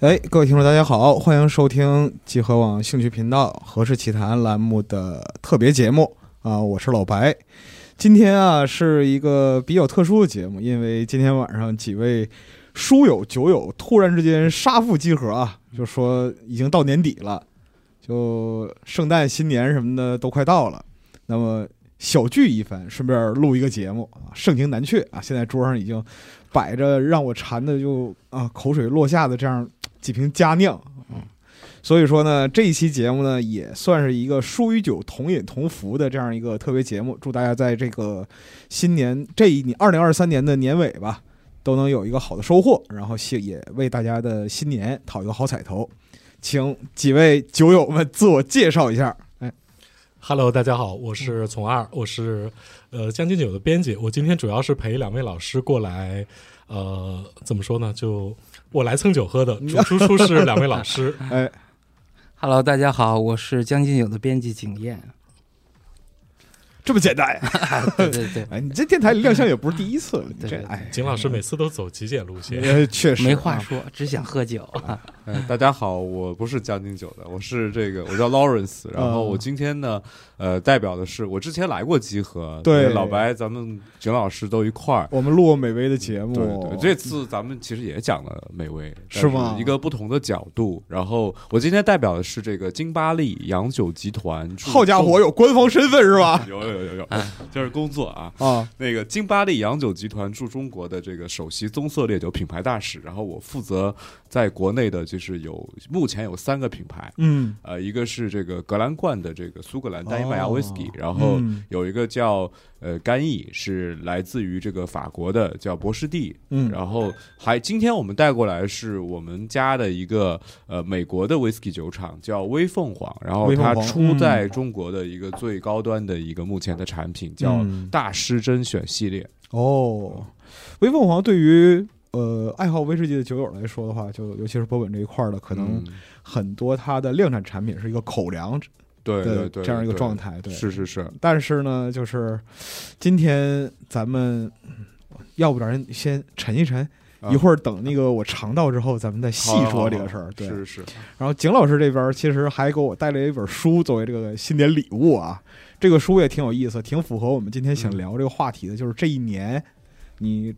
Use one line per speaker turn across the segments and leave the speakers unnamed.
哎，各位听众，大家好，欢迎收听集合网兴趣频道《何氏奇谈》栏目的特别节目啊、我是老白。今天啊是一个比较特殊的节目，因为今天晚上几位书友酒友突然之间杀富集合啊，就说已经到年底了，就圣诞、新年什么的都快到了，那么小聚一番，顺便录一个节目啊，盛情难却啊，现在桌上已经摆着让我馋的就啊口水落下的这样几瓶佳酿啊。所以说呢，这一期节目呢，也算是一个书与酒同饮同服的这样一个特别节目。祝大家在这个新年这一年二零二三年的年尾吧，都能有一个好的收获，然后希也为大家的新年讨一个好彩头。请几位酒友们自我介绍一下。哎，
Hello，大家好，我
嗯
是从二，我是呃《将进酒》的编辑。我今天主要是陪两位老师过来，呃，怎么说呢？就我来蹭酒 喝的，主输出是两位老师。
哎，
Hello，大家好，我是《将进酒》的编辑景燕。
这么简单呀？
对对对，
哎，你这电台亮相也不是第一次了，你这
对对对
哎，
景老师每次都走极简路线，
也确实
没话
啊。
说，只想喝酒。
哎，大家好，我不是将进酒的，我是这个，我叫 Lawrence，然
嗯
后我今天呢，呃，代表的是我之前来过集合，
对
老白，咱们景老师都一块儿，
我们录过美薇的节目，
对对，这次咱们其实也讲了美味，
是吗
但一个不同的角度，然后我今天代表的是这个金巴利洋酒集团，驻
好家伙，有官方身份是吧？
有有有 有有，就是工作啊，
啊，
那个金巴利洋酒集团驻中国的这个首席棕色烈酒品牌大使，然后我负责在国内的，就是有目前有三个品牌，
嗯，
呃，一个是这个格兰冠的这个苏格兰单一麦芽
哦
whisky，、然后
嗯
有一个叫呃干邑，是来自于这个法国的叫博士地，
嗯
然后还今天我们带过来是我们家的一个呃美国的 whisky 酒厂叫微凤凰，然后
微凤
它
凰嗯
出在中国的一个最高端的一个目前的产品叫
嗯
大师甄选系列，
哦，微凤凰对于呃爱好威士忌的酒友来说的话，就尤其是波本这一块儿的，可能
嗯
很多它的量产产品是一个口粮
对对
的
对
这样一个
对
状态，对。
是是是，
但是呢，就是今天咱们嗯要不然先沉一沉，
啊
一会儿等那个我尝到之后，咱们再细
好好
说
好
这个
好
事儿。对，
是是
然后景老师这边儿其实还给我带了一本书作为这个新年礼物啊，这个书也挺有意思，挺符合我们今天想聊这个话题的，就是这一年你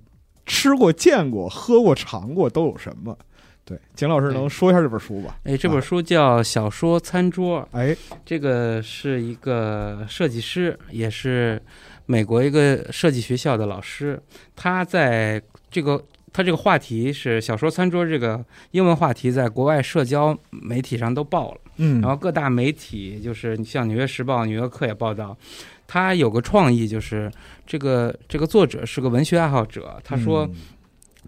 吃过、见过、喝过、尝过都有什么？对，景老师能说一下这本书吧？
哎，这本书叫《小说餐桌
哎，》，
这个是一个设计师，也是美国一个设计学校的老师。他在这个他这个话题是小说餐桌这个英文话题，在国外社交媒体上都爆了。
嗯，
然后各大媒体就是像《纽约时报》《纽约客》也报道，他有个创意，就是这个这个作者是个文学爱好者，他说
嗯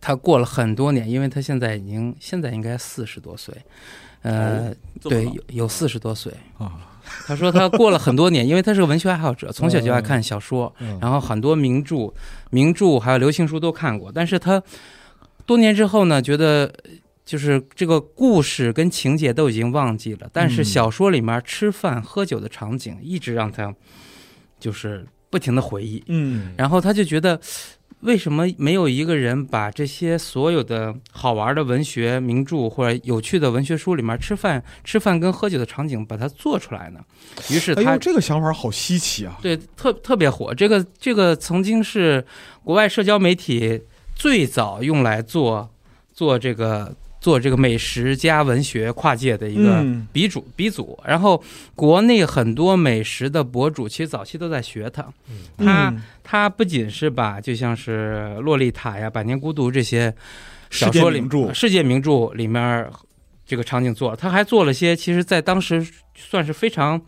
他过了很多年，因为他现在已经现在应该四十多岁，呃，
哎
对，有有四十多岁。
啊，
他说他过了很多年，因为他是个文学爱好者，从小就爱看小说，
嗯
然后很多名著、名著还有流行书都看过，但是他多年之后呢，觉得就是这个故事跟情节都已经忘记了，但是
嗯
小说里面吃饭喝酒的场景一直让他就是不停的回忆，
嗯
然后他就觉得。为什么没有一个人把这些所有的好玩的文学名著或者有趣的文学书里面吃饭、吃饭跟喝酒的场景把它做出来呢？于是
哎
他
呦，这个想法好稀奇啊！
对，特特别火。这个这个曾经是国外社交媒体最早用来做做这个做这个美食加文学跨界的一个
嗯
鼻祖、鼻祖。然后国内很多美食的博主其实早期都在学它。他
嗯
它不仅是把就像是《洛丽塔》呀、《百年孤独》这些小
世界
说里
名著
世界名著里面这个场景做了，他还做了些其实在当时算是非常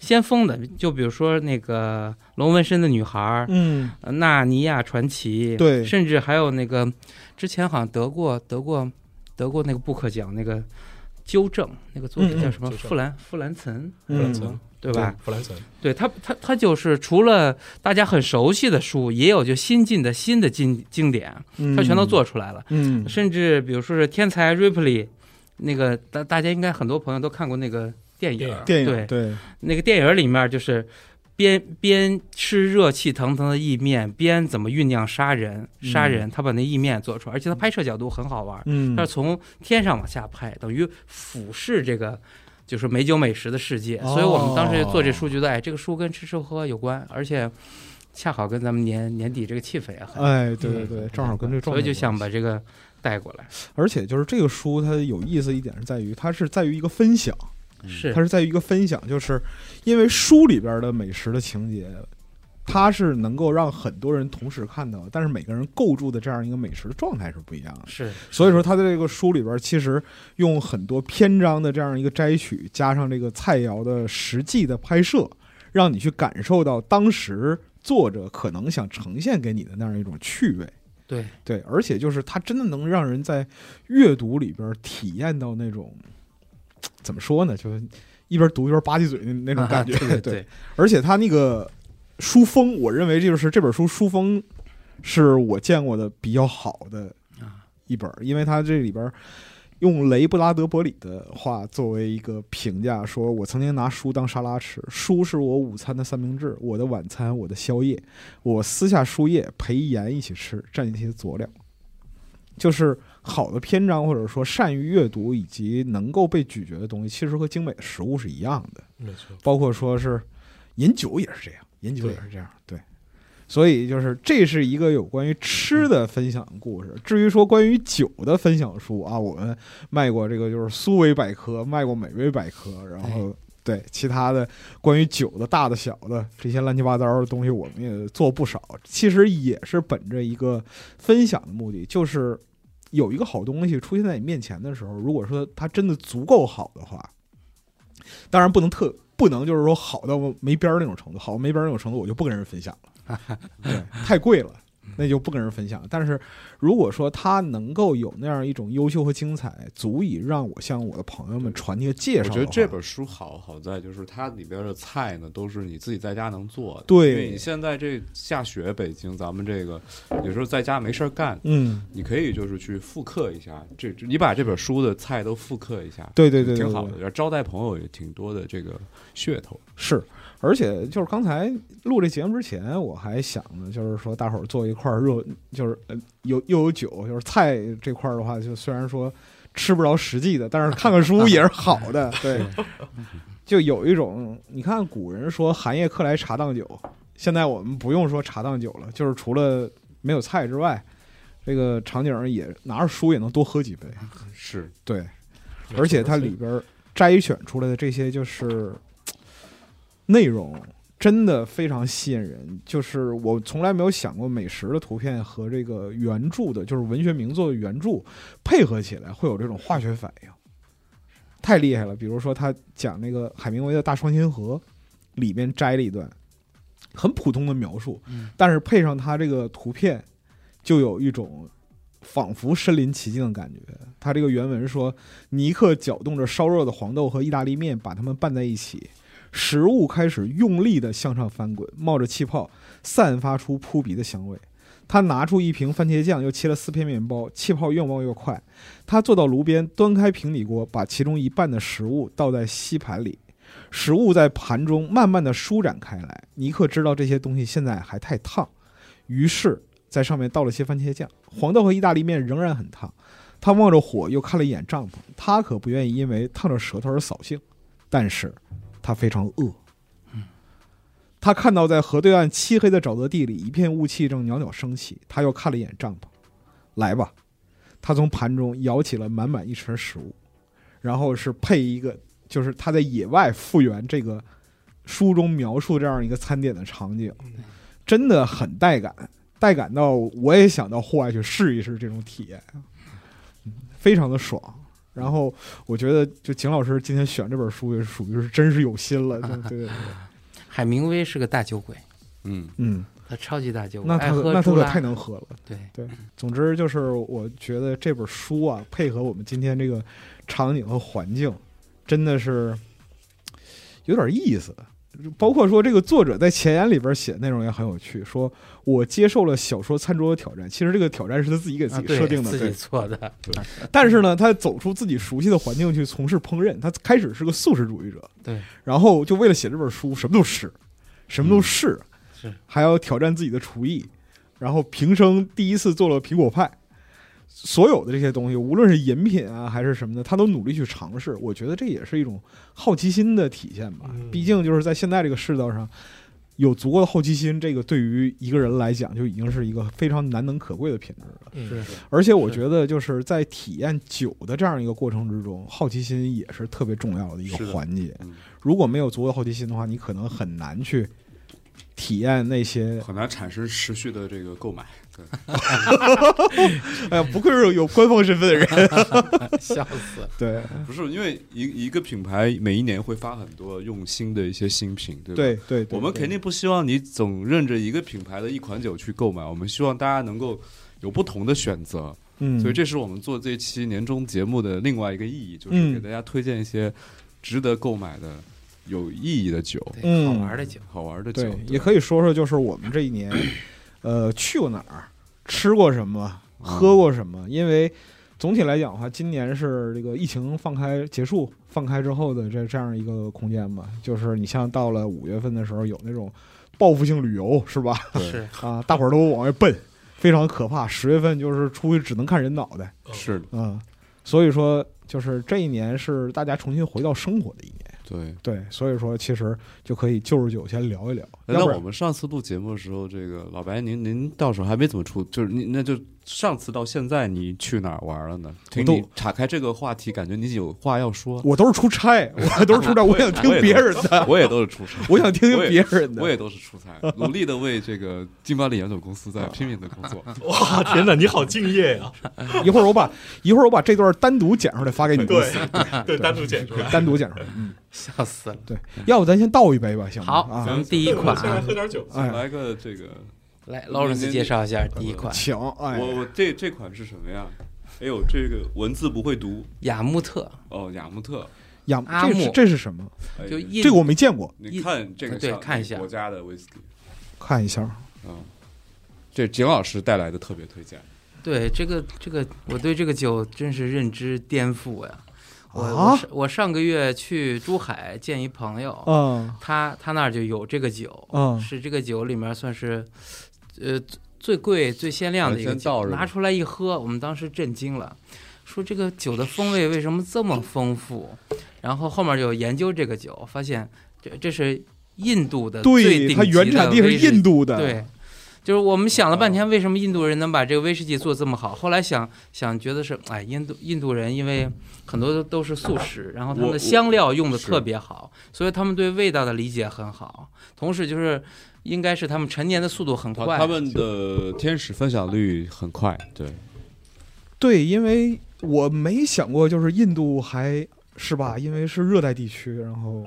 先锋的，就比如说那个龙纹身的女孩儿、
嗯，
呃纳尼亚传奇》，
对
甚至还有那个之前好像得过得过得过那个布克奖那个纠正那个作者
嗯嗯
叫什么
纠正
富兰富兰岑，
嗯
弗兰岑，
对吧？
弗兰岑，
对他，他他就是除了大家很熟悉的书，也有就新进的新的经经典，
嗯
他全都做出来了。
嗯
甚至比如说是天才 Ripley，那个大
嗯
大家应该很多朋友都看过那个电影，
电影
电影
对
对
那个电影里面就是
边边吃热气腾腾的意面，边怎么酝酿杀人，杀人，他把那意面做出来，而且他拍摄角度很好玩，
嗯
他是从天上往下拍，等于俯视这个就是美酒美食的世界。
哦
所以我们当时做这书，觉得哎，这个书跟吃吃喝喝有关，而且恰好跟咱们年年底这个气氛也很，嗯
哎，对对对，正好跟这个状
所
态
以就
有关系，
想把这个带过来。
而且就是这个书，它有意思一点是在于，它是在于一个分享，
是
它，是在于一个分享，就是因为书里边的美食的情节，它是能够让很多人同时看到，但是每个人构筑的这样一个美食的状态是不一样的。
是
所以说，它在这个书里边其实用很多篇章的这样一个摘取，加上这个菜肴的实际的拍摄，让你去感受到当时作者可能想呈现给你的那样一种趣味。
对，
对，而且就是它真的能让人在阅读里边体验到那种怎么说呢，就是一边读一边吧唧嘴那那种
啊
感觉。
啊对
对，而且它那个书风，我认为这就是这本书书风是我见过的比较好的
啊
一本，因为它这里边。用雷布拉德伯里的话作为一个评价，说我曾经拿书当沙拉吃，书是我午餐的三明治，我的晚餐，我的宵夜，我撕下书页陪盐一起吃，蘸一些佐料。就是好的篇章，或者说善于阅读以及能够被咀嚼的东西，其实和精美的食物是一样的。
没错，
包括说是饮酒也是这样，饮酒也是这样，对。所以就是这是一个有关于吃的分享故事。至于说关于酒的分享书啊，我们卖过这个就是苏维百科，卖过美味百科，然后对其他的关于酒的大的小的这些乱七八糟的东西，我们也做不少。其实也是本着一个分享的目的，就是有一个好东西出现在你面前的时候，如果说它真的足够好的话，当然不能特不能就是说好到没边儿那种程度，好到没边儿那种程度，我就不跟人分享了，对，太贵了。
嗯
那就不跟人分享。但是，如果说它能够有那样一种优秀和精彩，足以让我向我的朋友们传递和介
我
绍的话，
觉得这本书好好在就是它里边的菜呢，都是你自己在家能做的。
对
因为你现在这下雪，北京咱们这个有时候在家没事儿干，
嗯，
你可以就是去复刻一下这，这你把这本书的菜都复刻一下，
对对对对对
挺好的。然后招待朋友也挺多的这个噱头。
是，而且就是刚才录这节目之前，我还想着，就是说大伙儿坐一块儿热，就是呃，有又有酒，就是菜这块儿的话，就虽然说吃不着实际的，但是看看书也是好的，对。就有一种，你看古人说“寒夜客来茶当酒”，现在我们不用说茶当酒了，就是除了没有菜之外，这个场景也拿着书也能多喝几杯。
是，
对，而且它里边儿摘选出来的这些就是内容，真的非常吸引人。就是我从来没有想过美食的图片和这个原著的，就是文学名作的原著配合起来会有这种化学反应，太厉害了。比如说他讲那个海明威的《大双星河》，里面摘了一段很普通的描述，
嗯
但是配上他这个图片，就有一种仿佛身临其境的感觉。他这个原文说，尼克搅动着烧热的黄豆和意大利面，把它们拌在一起，食物开始用力地向上翻滚，冒着气泡，散发出扑鼻的香味。他拿出一瓶番茄酱，又切了四片面包，气泡越冒越快。他坐到炉边，端开平底锅，把其中一半的食物倒在吸盘里，食物在盘中慢慢的舒展开来。尼克知道这些东西现在还太烫，于是在上面倒了些番茄酱。黄豆和意大利面仍然很烫，他望着火，又看了一眼帐篷。他可不愿意因为烫着舌头而扫兴，但是他非常饿。他看到在河对岸漆黑的沼泽地里，一片雾气正袅袅升起。他又看了一眼帐篷，来吧。他从盘中舀起了满满一池食物，然后是配一个，就是他在野外复原这个书中描述这样一个餐点的场景，真的很带感。带感到我也想到户外去试一试这种体验，嗯非常的爽。然后我觉得，就景老师今天选这本书也属于是真是有心 了，对对对，
海明威是个大酒鬼，
嗯，
嗯，
他超级大酒鬼，
那
爱
他
喝
那他
朱
可
拉
太能喝了。
对。
总之就是，我觉得这本书啊，配合我们今天这个场景和环境，真的是有点意思。包括说这个作者在前言里边写的内容也很有趣，说我接受了小说餐桌的挑战，其实这个挑战是他自己给自
啊
己
对
设定的，
自
对
己嗯做的，
但是呢，他走出自己熟悉的环境去 从事烹饪，他开始是个素食主义者，
对，
然后就为了写这本书，什么都吃，什么都试，
是
还要挑战自己的厨艺，然后平生第一次做了苹果派。所有的这些东西，无论是饮品啊还是什么的，他都努力去尝试。我觉得这也是一种好奇心的体现吧。
嗯
毕竟就是在现在这个世道上，有足够的好奇心，这个对于一个人来讲就已经是一个非常难能可贵的品质了。
嗯
是
而且我觉得就是在体验酒的这样一个过程之中，好奇心也是特别重要的一
是
个
的
环节
嗯。
如果没有足够的好奇心的话，你可能很难去体验那 些。
很难产生持续的这个购买。对，
哎呀，不愧是有官方身份的人。
笑死！
对
不是因为一一个品牌每一年会发很多用新的一些新品，对吧？
对对，对
我们
对
肯定不希望你总认着一个品牌的一款酒去购买，我们希望大家能够有不同的选择。
嗯，
所以这是我们做这期年终节目的另外一个意义，就是
嗯
给大家推荐一些值得购买的、有意义的酒、
嗯
对，好玩的酒，
好玩的酒
对，也可以说说就是我们这一年，呃，去过哪儿，吃过什么，
啊
喝过什么，因为。总体来讲的话，今年是这个疫情放开结束、放开之后的这这样一个空间吧。就是你像到了五月份的时候，有那种报复性旅游，是吧？
对
是
啊，大伙儿都往外奔，非常可怕。十月份就是出去只能看人脑袋，
哦
是的，
嗯，所以说就是这一年是大家重新回到生活的一年。
对。
对，所以说其实就可以就着酒先聊一聊。
那
要不
我
然
们上次录节目的时候，这个老白您您到时候还没怎么出，就是您那就上次到现在你去哪儿玩了呢？听
都
你岔开这个话题，感觉你有话要 说。
我都是出差，我都是出差，我想听
我也
别人的，
我也都是出差，
我想听听
我也
别人的。
我也都是出差， 努力的为这个金巴利杨总公司
啊
在拼命的工作。
哇，天哪，你好敬业啊 呀！
一会儿我把一会儿我把这段单独剪出来发给你公司，
对，单独剪出来。
单独剪出来。嗯，
笑死了！
对，要不咱先倒一杯吧，行吗？
好
啊
咱，们第一
对我
款
们先来
啊，
喝点酒。
哎，
来个这个，
来，劳伦斯介绍一下第一款
请，哎，
我我这这款是什么呀？哎呦，这个文字不会读
雅穆特，
哦，雅穆特，
雅，
阿
这
木
是这是什么？
哎
就印
这个我没见过，
你看这个
对
像
看一下
国家的 whisky
看一下。
啊，这景老师带来的特别推荐，
对这个这个，我对这个酒真是认知颠覆呀！我
啊
我上我上个月去珠海见一朋友，
嗯
他他那儿就有这个酒，
嗯
是这个酒里面算是，呃，最贵最鲜亮的一个
先倒
酒，
着吧
拿出来一喝，我们当时震惊了，说这个酒的风味为什么这么丰富？然后后面有研究这个酒，发现这这是印度的最
对，
顶
它原产地是印度
度
的，
对。就是我们想了半天，为什么印度人能把这个威士忌做这么好？后来想想，觉得是哎，印度印度人因为很多都都是素食，然后他们
我
的香料用的
是
特别好，所以他们对味道的理解很好。同时就是，应该是他们陈年的速度很
他
快。
他们的天使分享率很快，对，
对，因为我没想过，就是印度还是吧，因为是热带地区，然后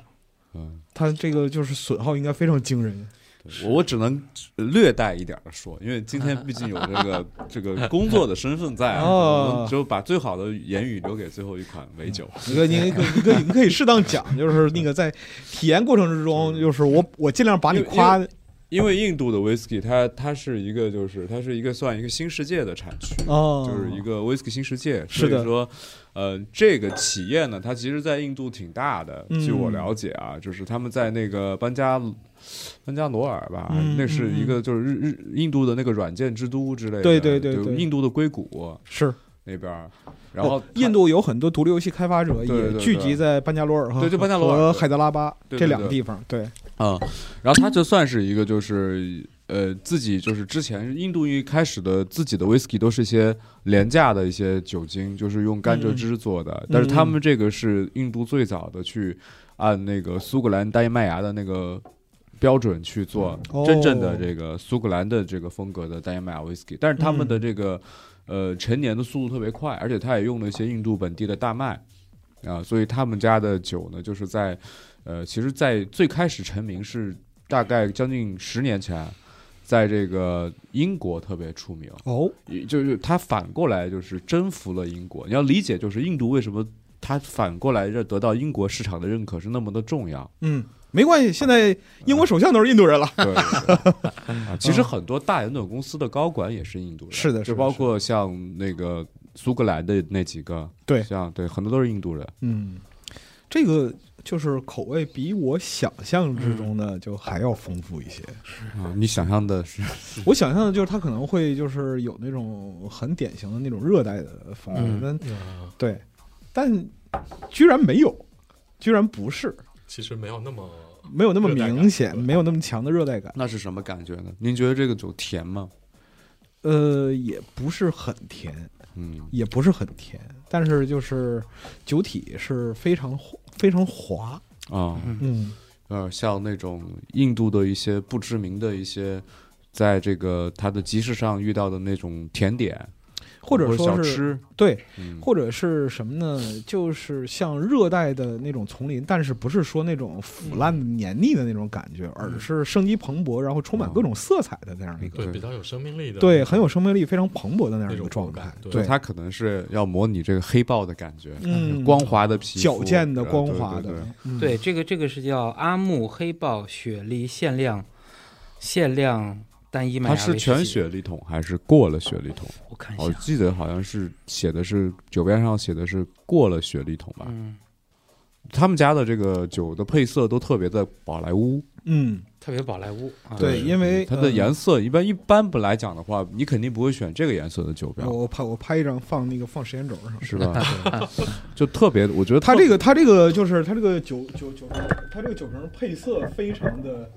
嗯，
它这个就是损耗应该非常惊人。
对我我只能略带一点的说，因为今天毕竟有这 个这个工作的身份在啊，
哦
我们就把最好的言语留给最后一款美酒。
你可你可你可你可以适当讲，就是那个在体验过程之中，就是我我尽量把你夸，
因为印度的 whisky，它它是一个就是它是一个算一个新世界的产区，
哦
就是一个 whisky 新世界。
是的
所以说，呃，这个企业呢，它其实在印度挺大的。
嗯
据我了解啊，就是他们在那个班加班加罗尔吧，
嗯
那是一个就是日日印度的那个软件之都之类的，
对对对
就
对哦
印度的硅谷
是。
那边儿，然后
不印
度
度有很多独立游戏开发者
对对
也
对
聚集在班加罗尔和
对就班加罗尔
和
对
海德拉巴
对对
这两个地方。对，
啊、然后它就算是一个就是呃自己就是之前印度一开始的自己的 whisky 都是一些廉价的一些酒精，就是用甘蔗汁做的，但是他们这个是印度最早的去按那个苏格兰丹麦芽的那个。标准去做
哦
真正的这个苏格兰的这个风格的丹麦芽 whisky，、但是他们的这个呃陈年的速度特别快，而且它也用了一些印度本地的大麦啊，所以他们家的酒呢，就是在呃，其实，在最开始成名是大概将近十年前，在这个英国特别出名，
哦，
也就是他反过来就是征服了英国。你要理解，就是印度为什么它反过来让得到英国市场的认可是那么的重要。
嗯，没关系，现在英国首相都是印度人了。
对对对啊 其实很多大的那种公司的高管也是印度人，
是的是
就
的
包括像那个苏格兰的那几个，
对
像对很多都是印度人。
嗯嗯，这个就是口味比我想象之中
嗯
的就还要丰富一些。
啊，你想象的是
我想象的就是它可能会就是有那种很典型的那种热带的风味
嗯，
但
呃
对，但居然没有，居然不是，
其实没有那么
没有那么
热带感
明显，
对
没有那么强的热带感。
那是什么感觉呢？您觉得这个酒甜吗？
呃，也不是很甜，
嗯，
也不是很甜，但是就是酒体是非常非常滑。
啊、
嗯，
有点像那种印度的一些不知名的一些，在这个它的集市上遇到的那种甜点，
或者
小
说是
吃，
对，
嗯，
或者是什么呢？就是像热带的那种丛林，但是不是说那种腐烂的
嗯
黏腻的那种感觉，而是生机蓬勃，然后充满各种色彩的那样一个，
哦对
对
比较有生命力的，
对，很有生命力，非常蓬勃的那样一
那
个
种
状
口
态
感。对
就它可能是要模拟这个黑豹的感觉，
嗯，
光滑的皮肤，
矫健的、
对
光滑，
对对对
的，嗯
对
对，这个这个是叫阿木黑豹雪梨限量限量单一麦芽
它
麦
是
威士
全
忌
雪梨桶还是过了雪梨桶？
我看一
我
下，
记得好像是写的是酒标上写的是过了雪梨桶吧。
嗯，
他们家的这个酒的配色都特别的宝莱坞，嗯
嗯，
特别宝莱坞啊，
对，因为
它的
呃
颜色一般一般本来讲的话，你肯定不会选这个颜色的酒标，
我拍我拍一张放那个放时间轴上。
是吧？ 就特别，我觉得
它
特
这个它这个就是它这个酒酒酒瓶，它这个酒瓶配色非常的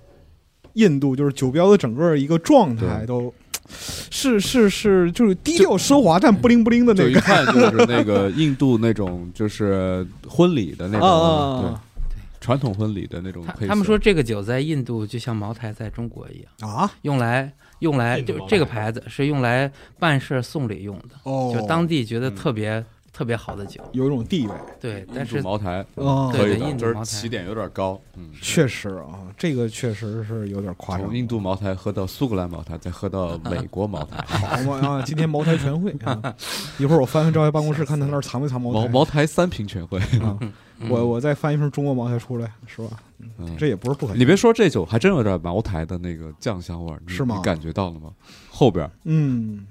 印度，就是酒标的整个一个状态
对
都是是是，就是低调奢华但不灵不灵的
就
那
一
个。
看就是那个印度那种就是婚礼的 那种，
啊
对，传统婚礼的那种
他
配色。
他们说这个酒在印度就像茅台在中国一样，
啊
用来用来
印度
就
茅
这个
台
牌子是用来办事儿送礼用的，
哦，
就当地觉得
嗯
特别特别好的酒。
有一种地位
对，
印
但
度
是
茅台
哦，
可
对
以
对
的，
印度
就
茅
是
台
起点有点高，嗯，
确实啊，这个确实是有点夸张
从。印度茅台喝到苏格兰茅台，再 喝到美国茅台，
好嘛啊，今天茅台全会啊，一会儿我翻翻赵爷办公室，看他那儿藏没藏茅
茅
台。
茅台三瓶全 会。
啊，我我再翻一瓶中国茅台出来，是吧？
嗯
这也不是不可
你
能。
别说，这酒还真有点茅台的那个酱香味儿，你
是吗
你感觉到了吗？后边儿
嗯，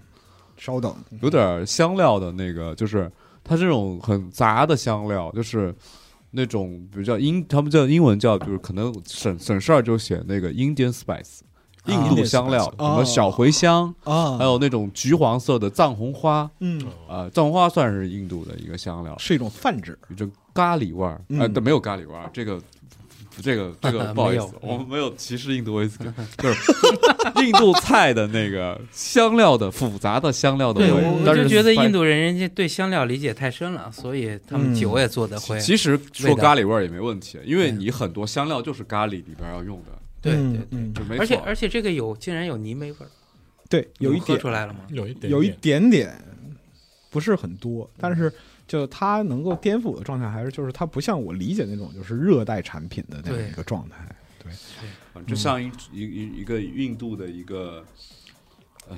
稍等，
有点香料的那个，就是它这种很杂的香料，就是那种比较英，他们叫英文叫，就是可能省省事儿就写那个 Indian spice，印度香料，什
啊哦
么小茴香，
啊，
还有那种橘黄色的藏红花。
嗯，
啊、藏红花算是印度的一个香料，
是一种泛指。
有种咖喱味儿，
嗯
呃，但没有咖喱味儿，这个。这个这
没
个
有
不好意思，我们没有歧视印度威士忌， 就是印度菜的那个香料的复杂的香料的味
对，
道
我我
但是
就觉得
spice-
印度人人家对香料理解太深了，所以他
嗯
们酒也做的会，
其实说
味道
咖喱味儿也没问题，因为你很多香料就是咖喱里边儿要用的，
对
嗯
对对，
嗯
就没错。
而且而且这个有竟然有泥煤味儿，
对，有一
你们喝
点
出，来了吗？
有一点
有一
点
点点，不是很多，但是就它能够颠覆我的状态，还是就是它不像我理解那种就是热带产品的那样一个状态。
啊
嗯
就像一一一一个印度的一个，呃，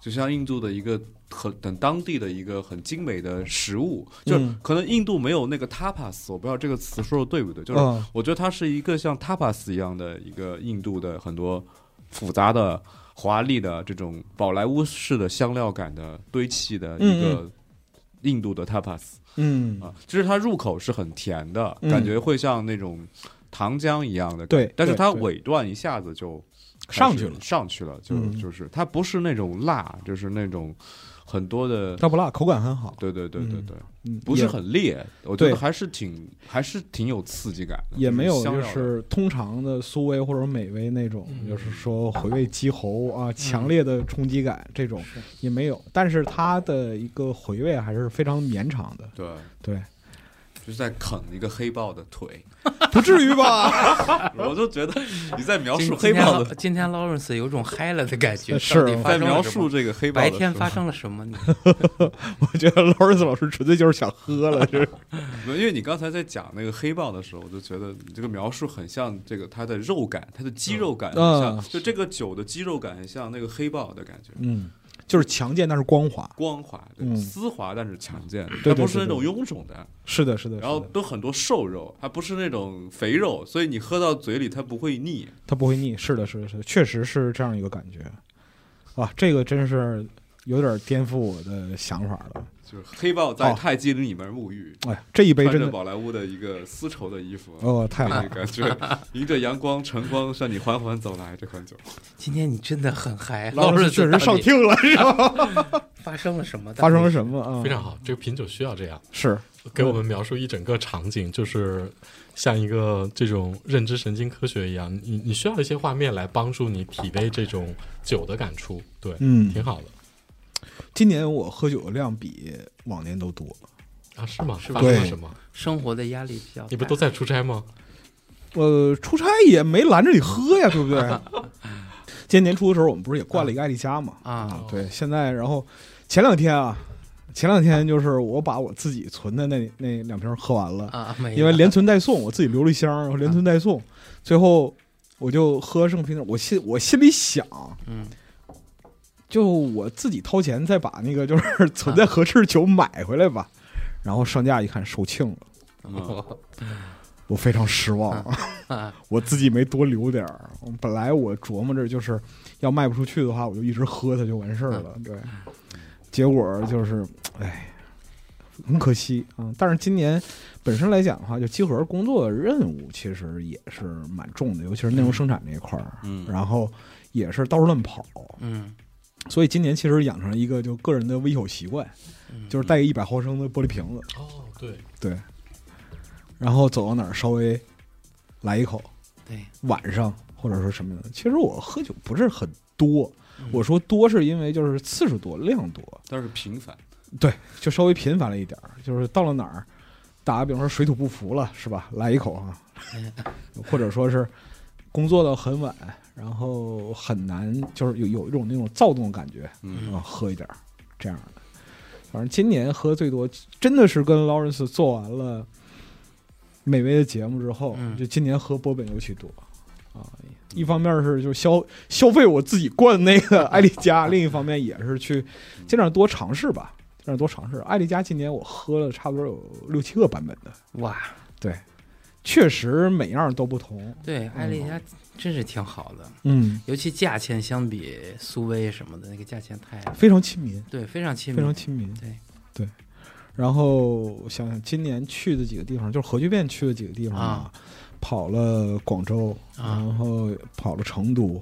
就像印度的一个很很当地的一个很精美的食物，就
嗯
可能印度没有那个 tapas，我不知道这个词说的对不对，就是
嗯
我觉得它是一个像 tapas 一样的一个印度的很多复杂的、华丽的这种宝莱坞式的香料感的堆砌的一个印度的 tapas
嗯，
啊，其实它入口是很甜的，
嗯
感觉会像那种糖浆一样的感觉
对，
但是
对
它
对
尾段一下子就
上
开始
去了
上去了，就
嗯
就是它不是那种辣，就是那种很多的，
它不辣，口感很好，
对对对对
嗯
对，
嗯，
不是
也
很烈，我觉
对
得还是挺还是挺有刺激感的，
也没有
香
就
料的
是通常的苏味或者美味那种，
嗯
就是说回味肌喉啊，强烈的冲击感这种也没有，但是它的一个回味还是非常绵长的，
对。
对，
就是在啃一个黑豹的腿，
不至于吧？
我就觉得你在描
今
述
今
黑
天
豹
Lau-
的，
今天 Lawrence 有种嗨了的感觉，
是
到底发
在
生了
描
什么
述这个黑豹的
白
时候
天发生了什么呢？
我觉得劳尔斯老师纯粹就是想喝 了，这是
没有因为你刚才在讲那个黑豹的时候，我就觉得你这个描述很像这个它的肉感，它的肌肉感很
嗯
像，
嗯
就这个酒的肌肉感很像那个黑豹的感觉，
嗯，就是强健但是光滑，
光滑、对
嗯
丝滑，但是强健，
对对
它不是那种
对
臃肿的，
是的，是的，
然后
是的
都很多瘦肉，它不是那种肥肉，所以你喝到嘴里它不会腻。
它不会腻，是的，是的，是的，确实是这样一个感觉，啊，这个真是有点颠覆我的想法了。
就是黑豹在泰姬里面沐浴，
哎，这一杯
穿
真
着
的，
宝莱坞的一个丝绸的衣服，
哦，太好
那
了，
个就是迎着阳光、晨光向你缓缓走来，这款酒。
今天你真的很嗨，
老
师
师确实上
天
听了，是吧？
发生了什么？
发生了什么啊？
非常好，这个品酒需要这样，
是，
给我们描述一整个场景，就是像一个这种认知神经科学一样，你你需要一些画面来帮助你体味这种酒的感触，对，
嗯，
挺好的
今年我喝酒的量比往年都多。
啊，是吗？
是
发生了
对
什么？
生活的压力比较大，
你不都在出差吗？
呃，出差也没拦着你喝呀，对不对？ 今年年初的时候，我们不是也灌了一个艾丽加嘛？
啊？
哦
对，现在然后前两天啊，前两天就是我把我自己存的那那两瓶喝完了，
啊，
哎
没有
因为连存带送，我自己留了一箱，然后连存
啊
带送，最后我就喝剩瓶的。我心我心里想，
嗯
就我自己掏钱再把那个就是 存在合适酒买回来吧。然后上架一看售罄了，哦
嗯，
我非常失望。
啊，
我自己没多留点儿。本来我琢磨着就是要卖不出去的话，我就一直喝它就完事儿
啊
了。对，结果就是，哎，很可惜啊、但是今年本身来讲的话，就集合工作任务其实也是蛮重的，尤其是内容生产这一块儿。
嗯
然后也是到处乱跑，
嗯，
所以今年其实养成了一个就个人的微小习惯，
嗯
就是带一百毫升的玻璃瓶子，
哦，对，
对，然后走到哪儿稍微来一口，
对，
晚上或者说什么的。其实我喝酒不是很多，我说多是因为就是次数多、量多，
但是平凡，
对，就稍微频繁了一点儿。就是到了哪儿，打个比方说水土不服了，是吧？来一口啊，
哎
或者说是工作到很晚，然后很难，就是有有一种那种躁动的感觉，
嗯
啊，喝一点儿这样的。反正今年喝最多，真的是跟 Lawrence 做完了美味的节目之后，
嗯
就今年喝波本尤其多啊。一方面是就消消费我自己灌那个艾丽加，另一方面也是去
嗯
尽量多尝试吧，尽量多尝试。艾丽加今年我喝了差不多有六七个版本的，
哇，
确实每样都不同。
对，艾丽家真是挺好的，
嗯，
尤其价钱相比苏威什么的，那个价钱太
非常亲民，
对，非常亲
非常，
民
亲民。
对
对。然后想想今年去的几个地方，就是核聚变去的几个地方
啊，
跑了广州，
啊
然后跑了成都，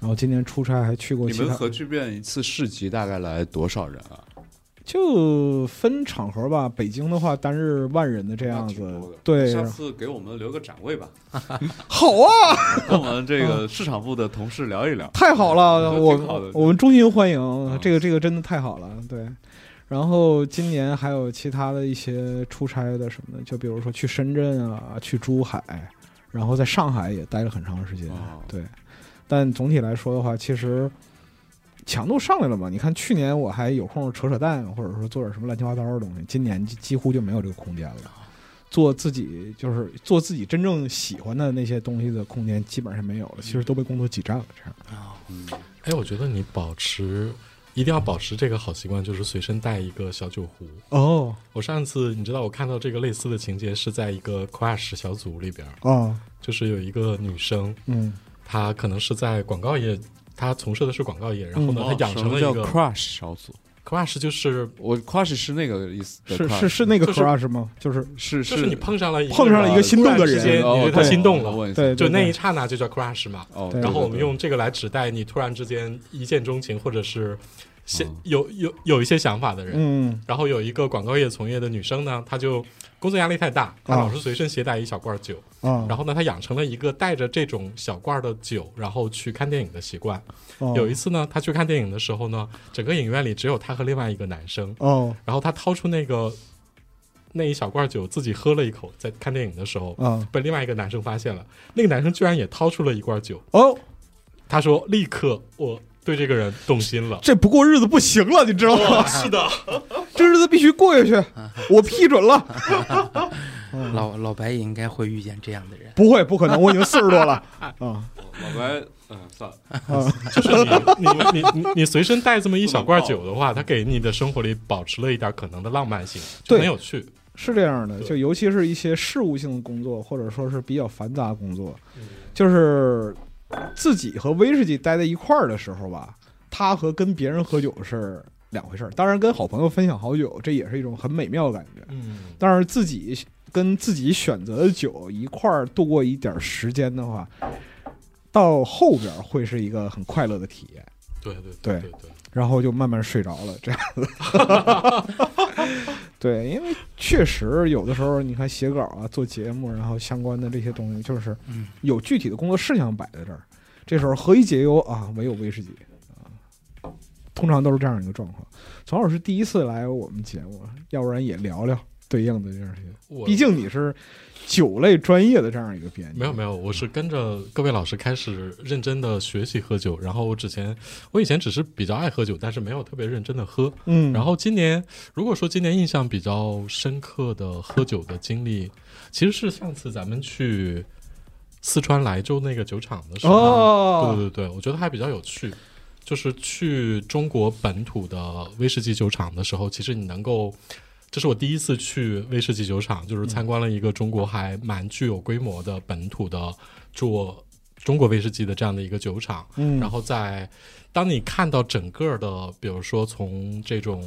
然后今年出差还去过
你
其
们
他，
核聚变一次市集大概来多少人啊？
就分场合吧。北京的话，单日万人的这样
那挺
子
多的，
对，
下次给我们留个展位吧，
好啊，
跟我们这个市场部的同事聊一聊。
太好了，
嗯
我
挺好的啊
我们衷心欢迎，这个这个真的太好了，对。然后今年还有其他的一些出差的什么的，就比如说去深圳啊，去珠海，然后在上海也待了很长时间，
哦
对。但总体来说的话，其实强度上来了嘛。你看去年我还有空扯扯淡，或者说做点什么乱七八糟的东西，今年几几乎就没有这个空间了。
啊
做自己就是做自己真正喜欢的那些东西的空间基本上没有了，其实都被工作挤占了。这样，
嗯，
哎，我觉得你保持一定要保持这个好习惯，就是随身带一个小酒壶。
哦
我上次你知道我看到这个类似的情节是在一个 Crush 小组里边儿，
哦，
就是有一个女生，
嗯，
她可能是在广告业，她从事的是广告业，然后呢，
哦
嗯
她养成
什
了
么
一
叫
个
crush 小组，
Crush 就是
我 crush 是那个意思的
是
crush，
是是那个
就是
crush 吗？就是
是
就是你碰上了一个
碰上了一个心动的
突然之间
人，哦
你对他心动了
哦我问一下
对，
就
对
那
对
一刹那就叫 Crush 嘛。
哦，
对
然后我
对
们
对
用这个来指代你突然之间一见钟情，或者是想
嗯
有有有一些想法的人。
嗯
然后有一个广告业从业的女生呢，她就工作压力太大，她
哦
老是随身携带一小罐酒。
啊，
然后呢，她养成了一个带着这种小罐的酒，然后去看电影的习惯。
后
有一次呢，她去看电影的时候呢，整个影院里只有她和另外一个男生。
哦
然后她掏出那个那一小罐酒，自己喝了一口，在看电影的时候。
啊
被另外一个男生发现了，那个男生居然也掏出了一罐酒，
哦，
他说：“立刻，我对这个人动 心了。
这不过日子不行了，你知道吗？
是的，
这日子必须过下去，我批准了。嗯
老老白也应该会遇见这样的人，
不会，不可能，我已经四十多了 啊！
老白，嗯，算了，
就是你你你你你随身带这么一小罐酒的话，它给你的生活里保持了一点可能的浪漫性，就
对
很有趣。
是这样的，
对
就尤其是一些事务性的工作，或者说是比较繁杂的工作，就是自己和威士忌待在一块儿的时候吧，他和跟别人喝酒是两回事儿。当然，跟好朋友分享好酒，这也是一种很美妙的感觉。
嗯，
但是自己跟自己选择的酒一块儿度过一点儿时间的话，到后边儿会是一个很快乐的体验。
对对
对
对对，
然后就慢慢睡着了，这 样子。对，因为确实有的时候，你看写稿啊、做节目，然后相关的这些东西，就是
嗯
有具体的工作事项摆在这儿。这时候何以解忧啊？唯有威士忌啊，通常都是这样一个状况。曹老师第一次来我们节目，要不然也聊聊对应的这样一些。
我
毕竟你是酒类专业的这样一个编辑，
没有没有，我是跟着各位老师开始认真的学习喝酒，然后我之前我以前只是比较爱喝酒，但是没有特别认真的喝。
嗯，
然后今年如果说今年印象比较深刻的喝酒的经历，其实是上次咱们去四川莱州那个酒厂的时候，对
哦，
对对，我觉得还比较有趣。就是去中国本土的威士忌酒厂的时候，其实你能够，这是我第一次去威士忌酒厂，就是参观了一个中国还蛮具有规模的本土的做中国威士忌的这样的一个酒厂。
嗯，
然后在当你看到整个的，比如说从这种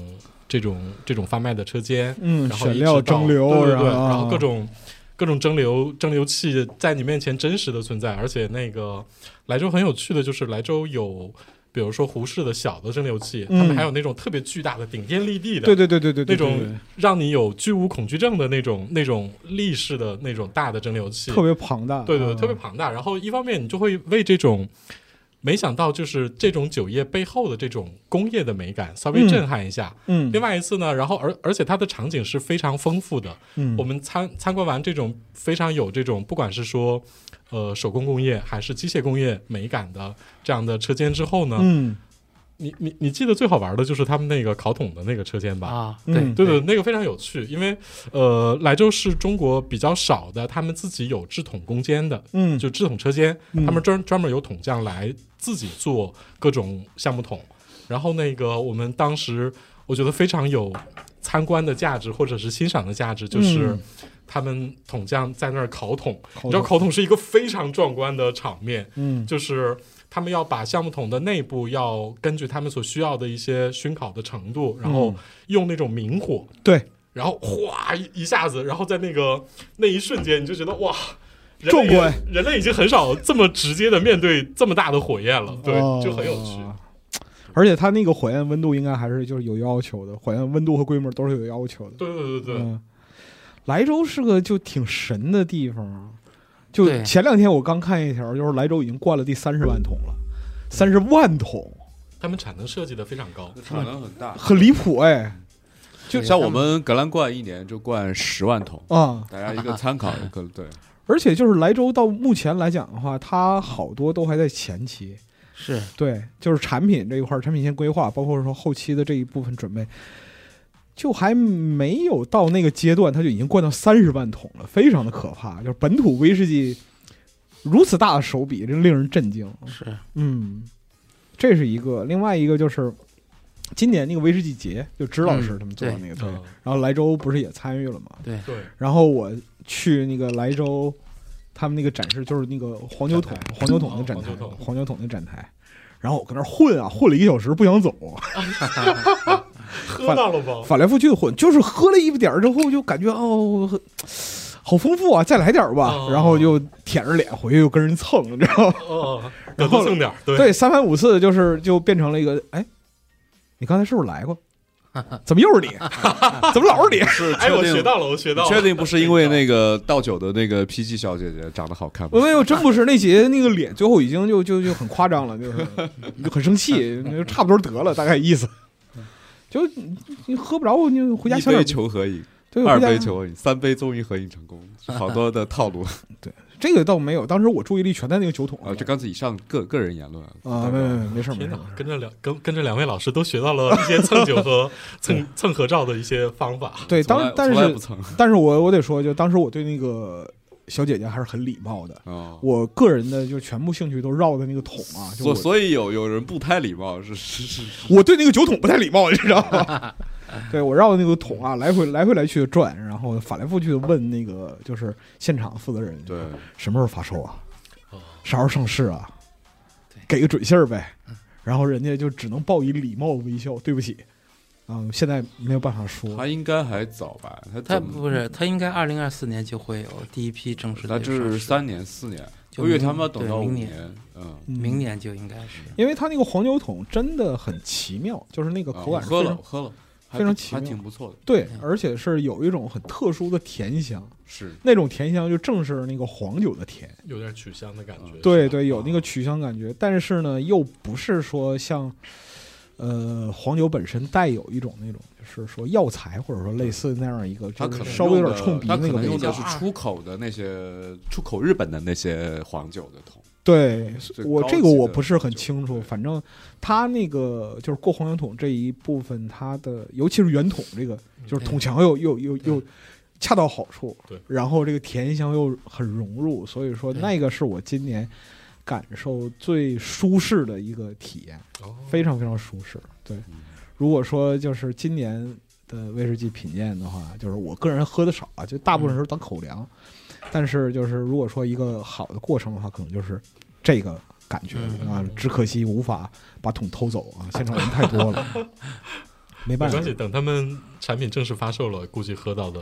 这种这种贩卖的车间，
嗯，
然后一
选
直
料
到
蒸馏，
对对对，
后啊
然后各种各种蒸馏蒸馏器在你面前真实的存在，而且那个莱州很有趣的就是莱州有。比如说胡适的小的蒸馏器，
嗯
他们还有那种特别巨大的、顶天立地的，
对对对对对对
那种
对对
让你有巨无恐惧症的那种、那种立式的那种大的蒸馏器，
特别庞大，
对对，对
嗯
特别庞大。然后一方面你就会为这种没想到就是这种酒业背后的这种工业的美感稍微
嗯
震撼一下。
嗯，
另外一次呢，然后而而且它的场景是非常丰富的。
嗯，
我们参参观完这种非常有这种不管是说呃手工工业还是机械工业美感的这样的车间之后呢，
嗯
你你你记得最好玩的就是他们那个烤桶的那个车间吧？
啊，
嗯
对
嗯
对对，那个非常有趣，因为呃，莱州是中国比较少的，他们自己有制桶工间的，
嗯，
就制桶车间，
嗯
他们专专门有桶匠来自己做各种橡木桶。然后那个我们当时我觉得非常有参观的价值或者是欣赏的价值，就是
嗯
他们桶匠在那儿烤桶，
你
你知道烤桶是一个非常壮观的场面，
嗯
就是。他们要把橡木桶的内部要根据他们所需要的一些熏烤的程度，然后
嗯
用那种明火，
对，
然后哗一一下子，然后在那个 那一瞬间，你就觉得哇，人类
壮观，
人类已经很少这么直接的面对这么大的火焰了，对，
哦
就很有趣。
而且它那个火焰温度应该还是就是有要求的，火焰温度和规模都是有要求的。
对对对对对，
嗯，莱州是个就挺神的地方啊。就
对
前两天我刚看一条，就是莱州已经灌了第三十万桶了，三十万桶，
他们产能设计的非常高，
产能很大，
很离谱哎！
就像我们格兰冠一年就灌十万桶，
啊，
大家一个 参考一个对，
而且就是莱州到目前来讲的话，它好多都还在前期，
是
对，就是产品这一块儿，产品线规划，包括说后期的这一部分准备，就还没有到那个阶段，它就已经灌到三十万桶了，非常的可怕。就是本土威士忌如此大的手笔，真令人震惊。
是，
嗯，这是一个，另外一个就是今年那个威士忌节，就支老师
嗯
他们做的那个东西，
嗯，
然后莱州不是也参与了吗？
对，
然后我去那个莱州，他们那个展示就是那个黄酒桶
展、
黄酒桶的展
哦
台
黄酒、桶
黄酒桶的展台。然后我搁那儿混啊，混了一个小时不想走，
哦喝到了吧？
翻来覆去的混，就是喝了一点儿之后就感觉哦，好丰富啊，再来点儿吧。
哦
然后就舔着脸回去又跟人蹭，你知道吗？
哦，
然
得
后
多蹭点儿，对
对，三番五次就是就变成了一个，哎，你刚才是不是来 过？怎么又是你？ 怎么老是你？
是
哎，我学
确定。
到了，我学到了，
确定不是因为那个倒酒的那个 PG 小姐姐长得好看吗？
没有，真不是那姐那个脸，最后已经就就就很夸张了，就是就很生 气，就差不多得了，大概意思。就你你喝不着，你回家
一嗯
小
杯
点，
求合影，
对，
二
回家
杯求合影，三杯终于合影成功，好多的套 路
这个倒没有，当时我注意力全在那个酒桶
啊！这刚才以上个个人言论
啊，没没没没事儿没
天
事
哪
儿，，
跟着两跟跟着两位老师都学到了一些蹭酒和蹭 蹭合照的一些方法。
对，
从
当
来
但
从来
是
不曾
但是我我得说，就当时我对那个小姐姐还是很礼貌的，
哦，
我个人的就全部兴趣都绕在那个桶啊，就
所
我
所以有有人不太礼貌，是是是是，
我对那个酒桶不太礼貌，你知道吗？对我绕那个桶啊，来回来回来去的转，然后反来覆去的问那个就是现场负责人，
对，
什么时候发售啊
哦？
啥时候上市啊？
对
给个准信儿呗。然后人家就只能报以礼貌微笑，对不起，嗯，现在没有办法说。
他应该还早吧？他
它
怎么
不是，它应该二零二四年就会有第一批正式的
他
上
这
市，
是三年四年，
就
我以为
明
他们要等
对
到五
明
年
年，
嗯，
嗯
明，年就应该是。
因为他那个黄酒桶真的很奇妙，就是那个
啊
口
我
感是非
喝了
常
我喝了，还
非常
挺
奇
还
妙
挺不错的，
对，而且是有一种很特殊的甜香，
是
那种甜香就正是那个黄酒的甜。
有点曲香的感觉。
对
是吧
对，有那个曲香感觉，但是呢，又不是说像，呃，黄酒本身带有一种那种，就是说药材或者说类似那样一个，
他
就
可
是
能
稍微有
用
点
的
冲鼻
他
那个
可能
味
用
道
的。是出口的那些出口日本的那些黄酒的桶，
对
最
我
高
这个
级
我
的
不是很
酒
清楚，
对
反正他那个就是过黄酒桶这一部分，它的尤其是圆筒这个，
嗯
就是
对
桶强又又又又恰到好处，
对
然后这个甜香又很融入，所以说
对
那个是我今年感受最舒适的一个体验。
哦
非常非常舒适。对，如果说就是今年的威士忌品鉴的话，就是我个人喝的少啊，就大部分时候当口粮。但是就是如果说一个好的过程的话，可能就是这个感觉
嗯
啊。只可惜无法把桶偷走啊，现场人太多了，没
没
办法
关。系，等他们产品正式发售了，估计喝到的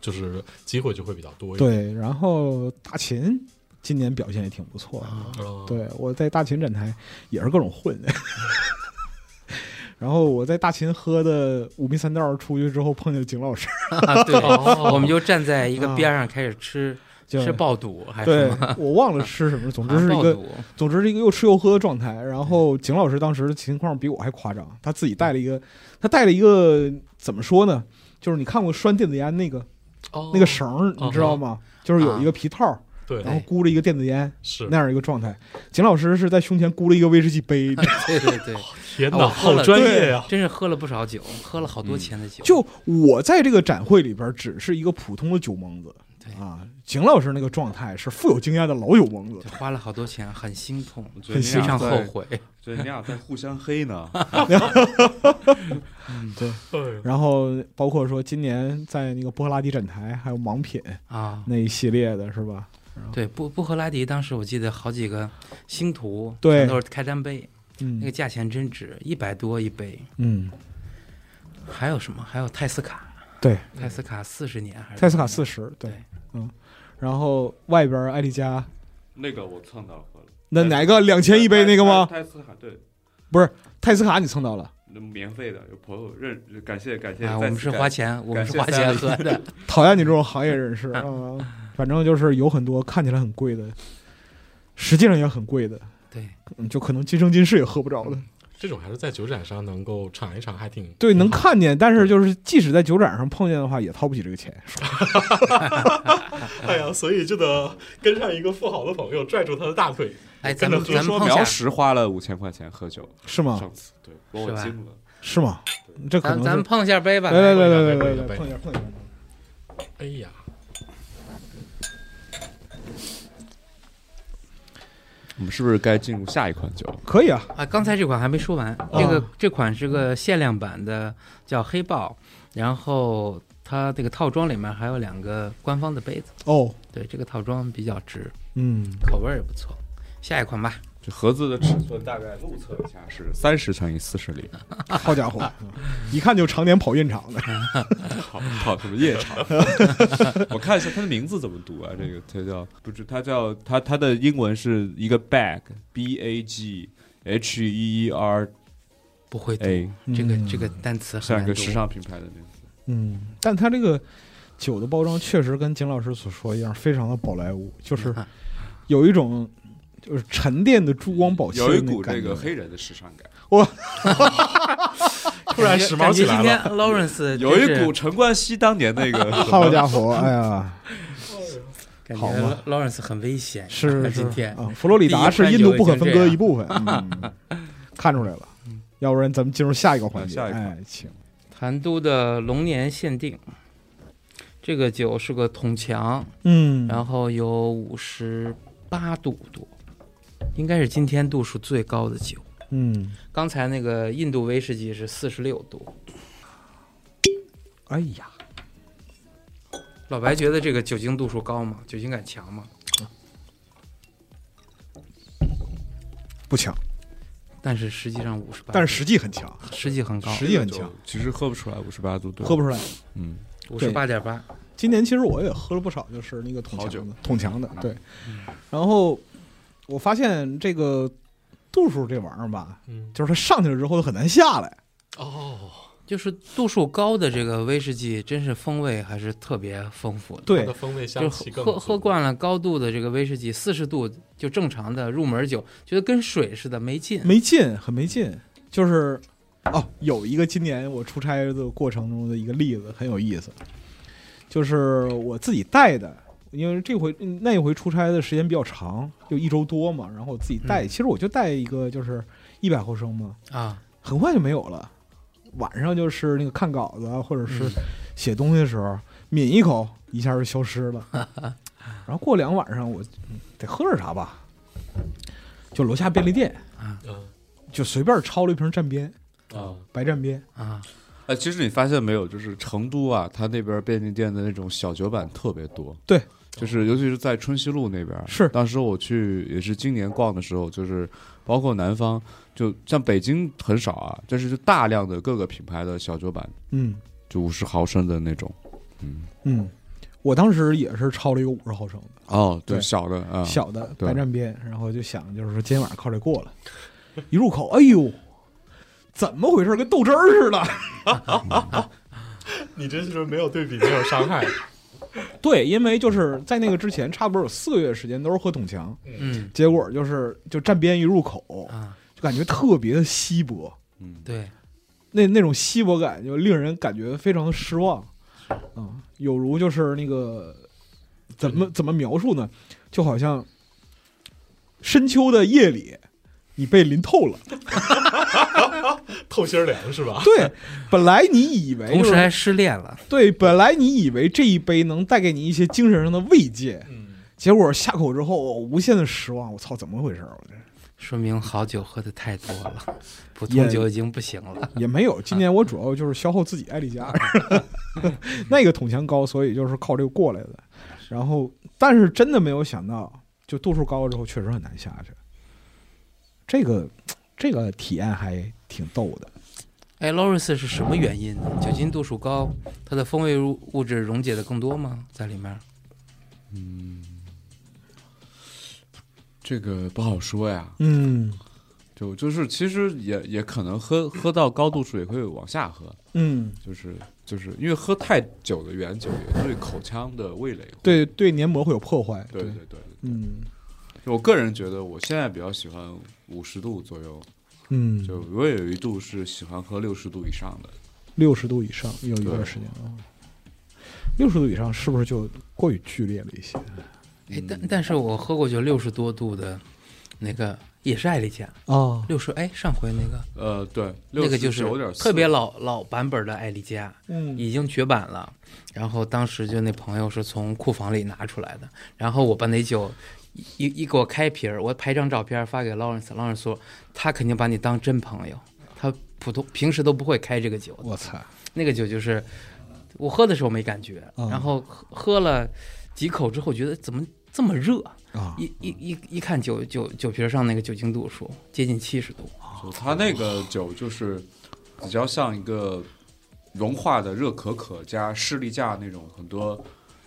就是机会就会比较多一点。
对，然后大秦今年表现也挺不错的。
啊
哦，
对，我在大秦展台也是各种混。 然后我在大秦喝的五迷三道儿出去之后，碰见景老师，
啊，对，
哦
我们就站在一
啊
个边上开始吃
就
吃爆肚，还是
对
什么？
我忘了吃 什么，总之
啊
是一
爆
个，
肚，
总之是一个又吃又喝的状态。然后景老师当时的情况比我还夸张，他自己带了一
嗯
个，他带了一个怎么说呢？就是你看过拴电子烟那个
嗯
哦
那个绳儿，你知道吗？就是有一个皮套
啊
儿，
对
然后箍着一个电子烟
是
那样一个状态。景老师是在胸前箍了一个威士忌 杯，
对对 对，
天
啊
哪，
我喝
好
了
专业啊呀！
真是喝了不少酒，喝了好多钱的酒。
嗯就我在这个展会里边，只是一个普通的酒蒙子
对
啊。景老师那个状态是富有经验的老酒蒙子
就，花了好多钱，很心痛，
我觉得你
非
俩
啊
常后
在，
悔。
对，你俩在互相黑呢，
对
然后包括说今年在那个波赫拉迪展台还有盲品
啊，
那一系列的是吧？
对，布布和拉迪当时我记得好几个星途，
对
全都是开单杯，那
嗯
个价钱真值，一百多一杯。
嗯，
还有什么？还有泰斯卡，
对，
泰斯卡四十年还是
泰斯卡
什
四
么
十，对
对，
嗯，然后外边艾丽加
那个我蹭到喝了，
那哪个两千一杯那个吗？
泰泰斯卡对。
泰斯卡你蹭到了，
那免费的，有朋友认，感谢感谢。
的？啊，我
再
们
次
是
感
花钱，我们是
感
花
谢
钱喝
Sally
的。
讨厌你这种行业人士啊、
嗯
反正就是有很多看起来很贵的，实际上也很贵的，
对，
嗯，就可能今生今世也喝不着的。
这种还是在酒展上能够尝一尝，还挺
对，能。看见，但是就是即使在酒展上碰见的话，也掏不起这个钱。
哎呀，所以就得跟上一个富豪的朋友，拽住他的大腿。
哎，咱
跟着喝
们咱们
说
碰
苗
下，
石花了五千块钱喝酒，
是吗？
上次对，把我
是吧
惊了。
是吗？这可
咱
能
咱们
是
碰一下杯吧。
来来来来
来
来
来
来
来
来，碰一下碰一下。
哎呀，
我们是不是该进入下一款酒？
可以啊，
啊，刚才这款还没说完，
哦
这个、这款是个限量版的，叫黑豹，然后它这个套装里面还有两个官方的杯子，
哦，
对，这个套装比较值，
嗯，
口味儿也不错。下一款吧，
这盒子的尺寸大概目测一下是三十乘以四十厘，
好家伙，一看就常年跑夜场的。
跑跑什么夜 场？我看一下它的名字怎么读啊？这个它叫不是它叫它它的英文是一个 bag b a g h e e r
不会读、
a，
这个
嗯
这个单词很
像一
难
哎个
读。
时尚品牌的名字。
嗯，但它这个酒的包装确实跟景老师所说一样，非常的宝莱坞，就是有一种就是沉淀的珠光宝气的
有
那
一
感觉，
股这个黑人的时尚感，
突然时髦起来
感觉
了。
今天 Lawrence
有
真
一
呃是
股陈冠希当年那个
好家伙，哎呀，
感
好吗
觉 Lawrence 很危险。
是是
今天
啊，佛罗里达是印度不可分割的一部分，嗯、看出来了。要不然咱们进入下一个环节，
下一款
哎，请，
谭都的龙年限定，这个酒是个桶强，
嗯，
然后有五十八度多，应该是今天度数最高的酒。
嗯，
刚才那个印度威士忌是四十六度。
哎呀，
老白觉得这个酒精度数高吗？酒精感强吗？
不强，
但是实际上五十八，
但是实际很强，
实际很高，
实际很强，
其实喝不出来五十八度，对，
喝不出来。
嗯，
五十八点八，
今年其实我也喝了不少，就是那个桶
好
强
酒
的，桶强的，对
嗯。
然后我发现这个度数这玩意儿吧，
嗯，
就是它上去了之后很难下来。
哦，
就是度数高的这个威士忌，真是风味还是特别丰富的。
它
对
的，风味香
就
气
是
更
喝喝惯了高度的这个威士忌，四十度就正常的入门酒，觉得跟水似的没劲。
没劲，很没劲。就是哦，有一个今年我出差的过程中的一个例子很有意思，就是我自己带的。因为这回嗯那一回出差的时间比较长，就一周多嘛，然后我自己带，
嗯
其实我就带一个就是一百毫升嘛，
啊，
很快就没有了。晚上就是那个看稿子啊，或者
嗯
是写东西的时候，抿一口一下就消失 了。然后过两晚上我嗯得喝点啥吧，就楼下便利店
啊
嗯
就随便抄了一瓶蘸边
啊
白蘸边，
啊，
哎，其实你发现没有，就是成都啊，它那边便利店的那种小酒版特别多。
对，
就是尤其是在春熙路那边。
是
当时我去也是今年逛的时候，就是包括南方，就像北京很少啊，但是就大量的各个品牌的小酒版，
嗯
就五十毫升的那种。嗯，
嗯，我当时也是抄了一个五十毫升的、
哦，
对
对，小的啊，
小的
对
白蘸边，然后就想就是说今天晚上靠这过了，一入口，哎呦，怎么回事？跟豆汁儿似的。
你这就是没有对比，没有伤害。
对，因为就是在那个之前，差不多有四个月时间都是喝桶强，
嗯
结果就是就站边一入口，
啊，
就感觉特别的稀薄，
嗯，
对，
那那种稀薄感就令人感觉非常的失望，啊、有如就是那个怎么怎么描述呢？就好像深秋的夜里，你被淋透 了。
透心儿凉是吧？
对，本来你以为
同
哎就
时
是
还失恋了，
对，本来你以为这一杯能带给你一些精神上的慰藉，
嗯，
结果下口之后，我无限的失望。我操，怎么回事儿？我啊这
说明好酒喝的太多了，普
也
通酒已经不行了。
也没有。今年我主要就是消耗自己艾丽加，
啊
那个桶强高，所以就是靠这个过来的。然后，但是真的没有想到，就度数高了之后，确实很难下去。这个这个体验还挺逗的。
哎 l o r i s 是什么原因呢？酒精度数高，它的风味物物质溶解的更多吗？在里面？
这个不好说呀。
嗯
就就是其实也也可能喝喝到高度数也会往下喝，
嗯，
就是就是因为喝太久的原酒也对口腔的味蕾会。
对对，黏膜会有破坏。
对对对，
嗯
对我个人觉得我现在比较喜欢五十度左右，
嗯，
就我有一度是喜欢喝六十度以上的。
六十度以上有一段
对
时间啊。六十度以上是不是就过于剧烈了一些
哎，但但是我喝过就六十多度的，那个也是艾丽加
哦
啊？
六十，哎，上回那个
呃，对，
那个就是
有点
特别老老版本的艾丽加，
嗯
已经绝版了。然后当时就那朋友是从库房里拿出来的，然后我把那酒一一一给我开瓶儿，我拍张照片发给 Lawrence，Lawrence 说他肯定把你当真朋友，他普通平时都不会开这个酒的，
我操！
那个酒就是我喝的时候没感觉，
嗯
然后喝喝了几口之后觉得怎么这么热，
啊
一一一一看酒酒酒瓶上那个酒精度数接近七十度，
就它那个酒就是比较像一个融化的热可可加士力架那种很多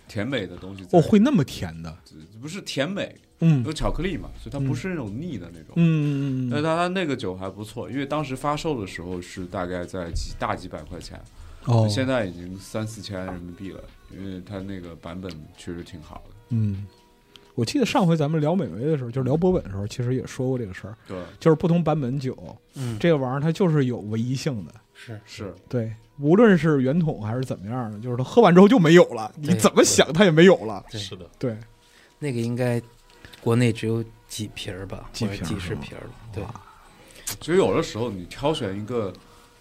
甜美的东西在。
哦，会那么甜的？
不是甜美，
嗯
有巧克力嘛，所以它不是那种腻的那种。
嗯嗯
但
嗯
它它那个酒还不错，因为当时发售的时候是大概在几大几百块钱，
哦，
现在已经三四千人民币了，因为它那个版本确实挺好的。
嗯，我记得上回咱们聊美味的时候，就是聊波本的时候，其实也说过这个事儿，
对，
就是不同版本酒
嗯，
这个玩意儿它就是有唯一性的，
是
是
对，无论是圆筒还是怎么样的，就是它喝完之后就没有了，你
对
怎么想它也没有了，
对
是的，
对，
那个应该国内只有几瓶儿吧，
几
或者
瓶儿
几
是
十
吗
瓶儿了，对。
其实有的时候你挑选一个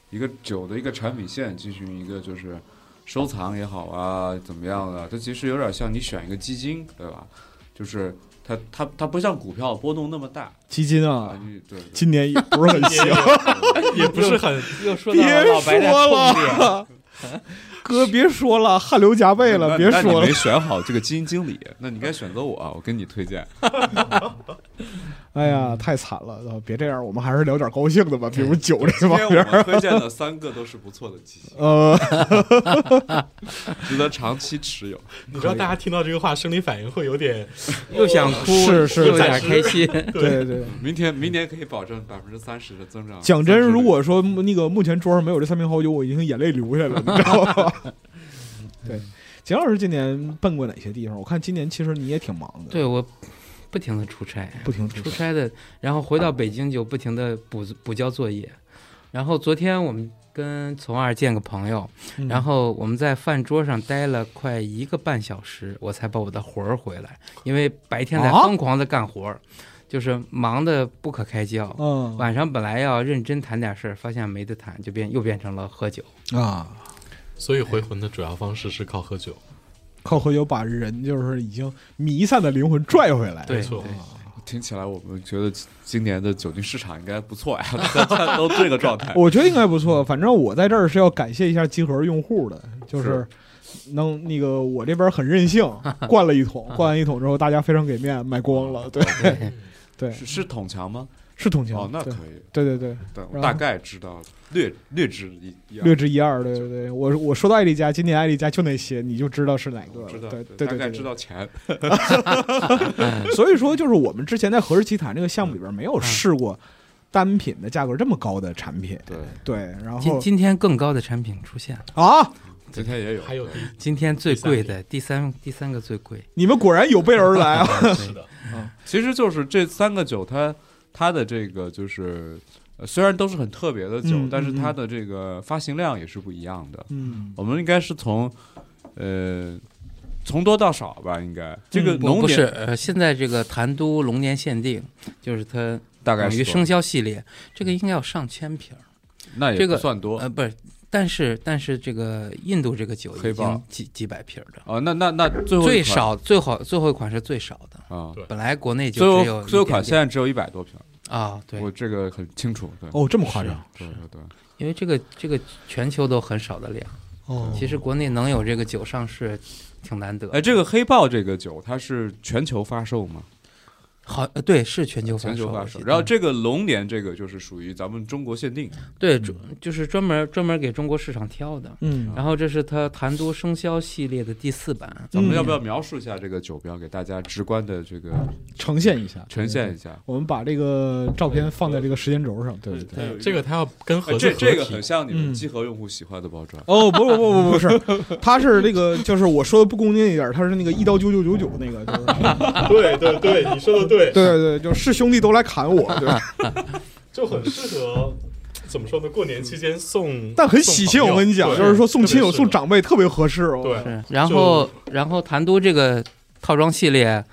一个酒的一个产品线进行一个就是收藏也好啊，怎么样的，它其实有点像你选一个基金，对吧？就是它它它不像股票波动那么大
基金
啊，
啊，
你对，对
今年也不是很行，
也不是很
又说
别
到了老白的
说
痛点
了。哥，别说了，汗流浃背了，
那
别
那
说
你
了
啊没。选好这个基金经理，那你应该选择我，我跟你推荐。
哎呀，太惨了，呃别这样，我们还是聊点高兴的吧，比如酒这
今
方
天
面。
我们推荐的三个都是不错的机型，
呃，
值得长期 持有。
你知道大家听到这个话，生理反应会有点
又想哭，
是是
又有点开心。
对对，
明天明年可以保证百分之啊三十的增长。
讲真，
30%的
如果说那个目前桌上没有这三瓶好酒，我已经眼泪流下来了，你知道 吗？对，秦老师今年奔过哪些地方？我看今年其实你也挺忙的，
对我不停的出差，
不停出
出
差。
差的，然后回到北京就不停的补补交作业。然后昨天我们跟从二见个朋友，
嗯
然后我们在饭桌上待了快一个半小时，我才把我的活儿回来，因为白天在
啊
疯狂的干活儿，就是忙得不可开交。
嗯
晚上本来要认真谈点事儿，发现没得谈，就变又变成了喝酒。
啊，
所以回魂的主要方式是靠喝酒，
靠喝酒把人就是已经弥散的灵魂拽回来。
对
没错
对
听起来，我们觉得今年的酒精市场应该不错呀， 大家都这个状态。
我觉得应该不错。反正我在这儿是要感谢一下集合用户的，就是能那个我这边很任性， 灌了一桶，灌完一桶之后大家非常给面，买光了。对
对
对，
是是捅墙吗？
是同情。
哦，那
对
可以，
对对对，
但
然后
我大概知道，略略知一一二
略知一二。对对对，我我说到艾丽家，今年艾丽家就那些，你就知道是哪个
我
了。
知
对
道，
对对
大
对
概
对，
知道钱。
所以说，就是我们之前在何氏奇谈这个项目里边没有
嗯
试过单品的价格这么高的产品。
对，
对，然
今
后
今天更高的产品出现了，
啊，
今天也有，
还有第
今天最贵的第三第三个最贵，
你们果然有备而来 啊！
是的，
其实就是这三个酒，它它的这个就是。呃虽然都是很特别的酒，
嗯
但是
嗯
它
嗯
的这个发行量也是不一样的。
嗯，
我们应该是从，呃，从多到少吧，应该这个
嗯
龙
不是
年
呃，现在这个谭都龙年限定，就是它
大概
等
是
于
多
生肖系列，这个应该有上千瓶儿，
那也
这
不
个
算多
呃，不是，但是但是这个印度这个酒
黑
已
豹
经几几百瓶儿的，
哦，那那那最后一
最
款
少最好最后一款是最少的，
啊，
对
本来国内就
最
只
后
有
最后
一
一款
点
现在只有一百多瓶，
点啊，对，
我这个很清楚，对，
哦，这么夸张
对对对，
因为这个这个全球都很少的量，
哦，
其实国内能有这个酒上市挺难得，
哎，这个黑豹这个酒它是全球发售嘛？
好呃对是全球发
全
售
球
我
发
记
售，
得，
然后这个龙年这个就是属于咱们中国限定，
对
嗯
专就是专门专门给中国市场挑的。
嗯
然后这是它谭都生肖系列的第四版，
咱们要不要描述一下这个酒标，给大家直观的这个
呈现一下，
呈现一下？
我们把这个照片放在这个时间轴上，对对 对。
对这个它要跟
呃
盒子
这
合
这个
体
很像你们
嗯
集合用户喜欢的包装，
哦，不不不不不是，他是那个，就是我说的不恭敬一点，他是那个一刀九九九九那个， 就是
啊对对对，你说的对，
对对对，就是兄弟都来砍我，对，
就很适合。怎么说呢？过年期间送，
但很喜庆，
送
我
朋友
跟你讲，
对
就是说送亲友、
特别适合
送长辈特别合适哦。
对，
是，然后然后谭都这个套装系列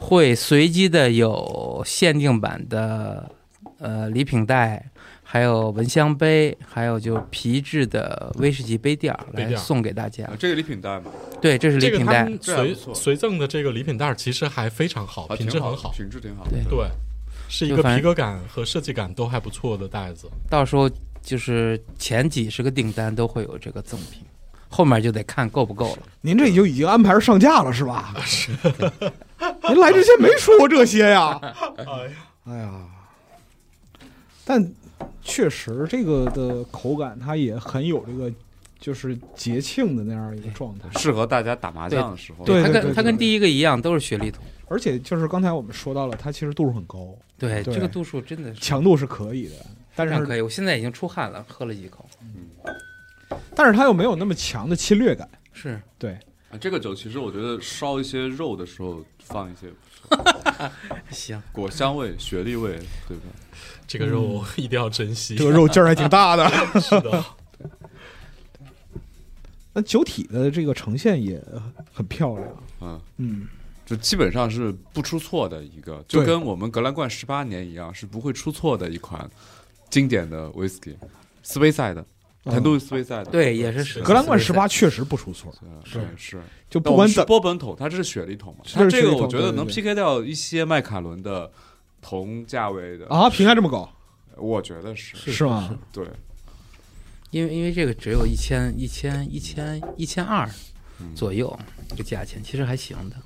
会随机的有限定版的呃礼品袋，还有蚊香杯，还有就皮质的威士忌杯垫儿
杯
来
垫儿嗯
送给大家
啊。这个礼品袋嘛，
对，这是礼
这个
品
他
袋，
们
这还不
随
错
随赠的这个礼品袋儿其实还非常好，
啊
品
挺
质很
好的，品质挺好的，
对
对，是一
就
个
反
皮
正
革感和设计感都还不错的袋子。
到时候就是前几十个订单都会有这个赠品，后面就得看够不够了。
您这就已经安排上架了是吧？是， 您来之前没说过这些呀？ 哎呀，但确实这个的口感它也很有这个就是节庆的那样一个状态，
适合大家打麻将的时候，
对
它
对
跟它
对
跟第一个一样，都是雪利桶。
而且就是刚才我们说到了，它其实度数很高，
对，
对
这个度数真的是
强度是可以的，但
非常
是
可以。我现在已经出汗了，喝了几口。
但是它又没有那么强的侵略感。
是，
对，
啊这个酒其实我觉得烧一些肉的时候放一些
哎行。
果香味、雪莉味，对吧？
这个肉 一定要珍惜。
这个肉劲儿还挺大的。
是的，
那酒体的这个呈现也很漂亮。
嗯。
嗯，
就基本上是不出错的一个，就
对
跟我们格兰冠十八年一样，是不会出错的一款经典的 whisky，斯威塞的，
嗯
谭都斯威塞的，
对，也是
格兰
冠
冠十八确实不出错，
是是是，
就
但
不
我
管
们是
怎
波本桶，它这是雪梨桶嘛，
是
它这
雪
个
梨桶
我觉得
对对
能
对
PK 掉一些麦卡伦的同价位的，
啊，评价这么高
我觉得是
是吗？
对，
因为因为这个只有一千一千一千一千二左右，这个价钱其实还行的。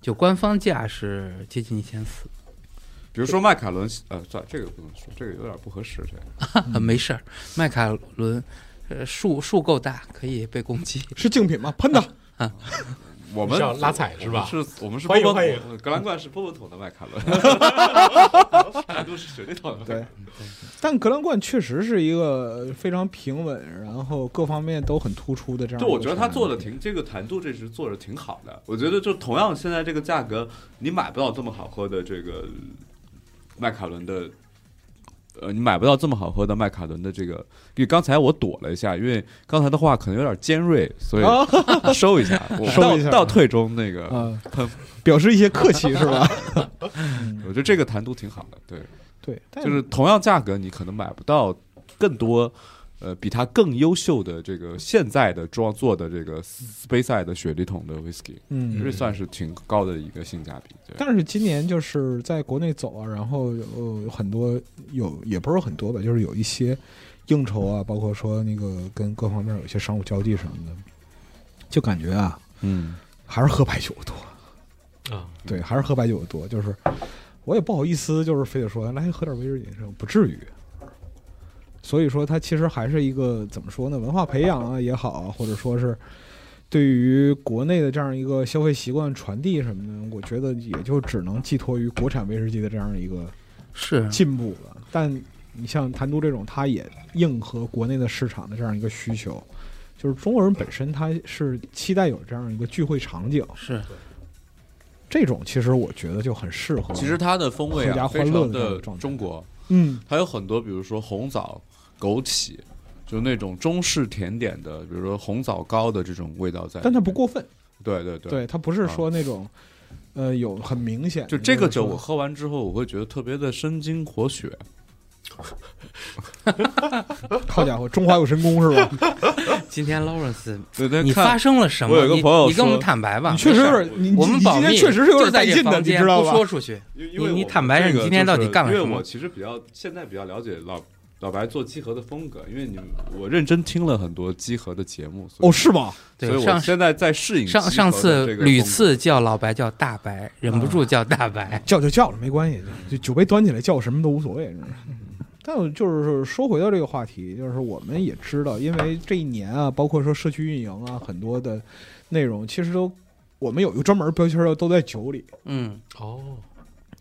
就官方价是接近一千四，
比如说麦卡伦，呃，算了，这个不能说，这个有点不合适。这个嗯
呃 没事儿，麦卡伦，呃，树树够大，可以被攻 击。
是竞品吗？喷的，
我
是
们
要拉踩是吧？
是我们是
欢迎
波
欢
本
迎，
格兰冠是波本桶的麦卡伦， 山都是水立桶的。
对。但格兰冠确实是一个非常平稳，然后各方面都很突出的这样。
就我觉得他做的，挺这个弹度，这是做的挺好的。我觉得就同样现在这个价格，你买不到这么好喝的这个麦卡伦的，呃，你买不到这么好喝的麦卡伦的这个。因为刚才我躲了一下，因为刚才的话可能有点尖锐，所以收一下，我
收
倒
一下
倒退中那个。
啊
喷，
表示一些客气是吧？
我觉得这个弹度挺好的，对，
对，但
就是同样价格，你可能买不到更多。呃，比它更优秀的这个现在的装做的这个 Space 的雪梨桶的 Whisky，
嗯
这。算是挺高的一个性价比。对，
但是今年就是在国内走啊，然后呃有很多有也不是很多吧，就是有一些应酬啊，包括说那个跟各方面有一些商务交际什么的，就感觉啊，
嗯，
还是喝白酒多。
啊，
对，还是喝白酒的多。就是我也不好意思，就是非得说来喝点威士忌，这不至于。所以说，它其实还是一个怎么说呢？文化培养啊也好啊，或者说是对于国内的这样一个消费习惯传递什么的，我觉得也就只能寄托于国产威士忌的这样一个
是
进步了。但你像谭都这种，它也应和国内的市场的这样一个需求，就是中国人本身他是期待有这样一个聚会场景，
是，
这种其实我觉得就很适合。
其实它的风味
合家
啊，
欢乐
非常
的那种
的
状态
中国，
嗯，
它有很多，比如说红枣、枸杞，就那种中式甜点的，比如说红枣糕的这种味道在。
但它不，过分，
对对对。
对，它不
啊
是说那种，呃，有很明显的。
就这个
是
酒，
说
我喝完之后，我会觉得特别的生津活血。
好家伙，中华有神功 是吧？
今天 Lawrence，
对对，
你发
呃看，
生了什么？
我有个
你
朋友
你跟我们
说
坦白吧
你。确实有点，你
我们
你
保
今天
密，
确实是有
就
点
在
带
这
劲的，
房
你
间
知道
不
吧？
说出去。
因
为你我坦白这你个今天到底就是干了
因为
什么
我其实比较现在比较了解老老白做集合的风格，因为你我认真听了很多集合的节目。所以
哦，是吗？
对
所以我
上
现在在适应
上
集合
上
的
次
这个
屡
风格
次叫老白叫大白，忍不住叫 大白。
叫就叫了，没关系，就酒杯端起来叫什么都无所谓。是吧但我就是说回到这个话题，就是我们也知道，因为这一年啊，包括说社区运营啊，很多的内容其实都我们有一个专门标签叫都在酒里，
嗯，
哦，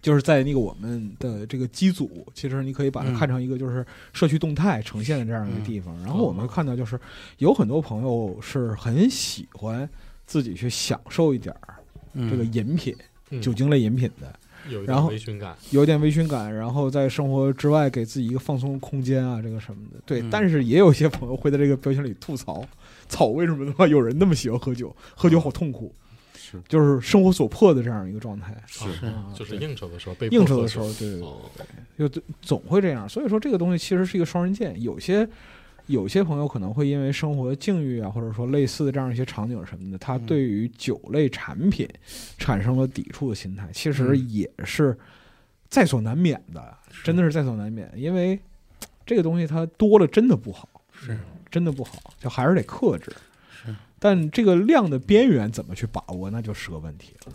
就是在那个我们的这个机组，其实你可以把
嗯
它看成一个就是社区动态呈现的这样一个地方。然后我们看到就是有很多朋友是很喜欢自己去享受一点儿
嗯
这个饮品、
嗯
酒精类饮品的，
有一
然
点
后
微醺感，
有点微醺感，然后在生活之外给自己一个放松空间啊，这个什么的。对，
嗯
但是也有些朋友会在这个标签里吐槽，草为什么的话，有人那么喜欢喝酒，喝酒好痛苦，
是
就是生活所迫的这样一个状态。
是
啊
啊
就是
对
应酬的时候被迫
应酬
喝
的时候嗯
酒，
对对对。
哦，
就总会这样。所以说，这个东西其实是一个双刃剑。有些有些朋友可能会因为生活境遇啊，或者说类似的这样一些场景什么的，他
嗯
对于酒类产品产生了抵触的心态，其实
嗯
也是在所难免的，真的是在所难免。因为这个东西它多了真的不好，
是
真的不好，就还是得克制。
是，
但这个量的边缘怎么去把握，那就是个问题了。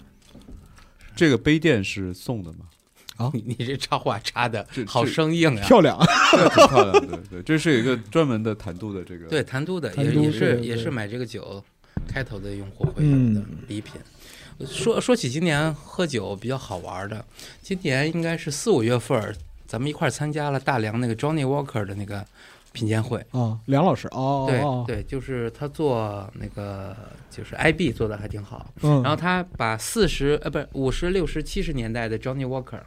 这个杯垫是送的吗？
你你这插话插的
这
好
这
生硬啊！
漂亮，
这个挺漂亮的，对对，这是有一个专门的弹度的这个，
对，谭都的
谭
也
都
也
对
是
对
也
对
是买这个酒开头的用户会有的
嗯
礼品。说说起今年喝酒比较好玩的，今年应该是四五月份儿，咱们一块儿参加了大梁那个 Johnny Walker 的那个品鉴会。
啊！梁老师，哦，
对
哦，
对，就是他做那个就是 IB 做的还挺好，
嗯，
然后他把四十呃不是五十六十七十年代的 Johnny Walker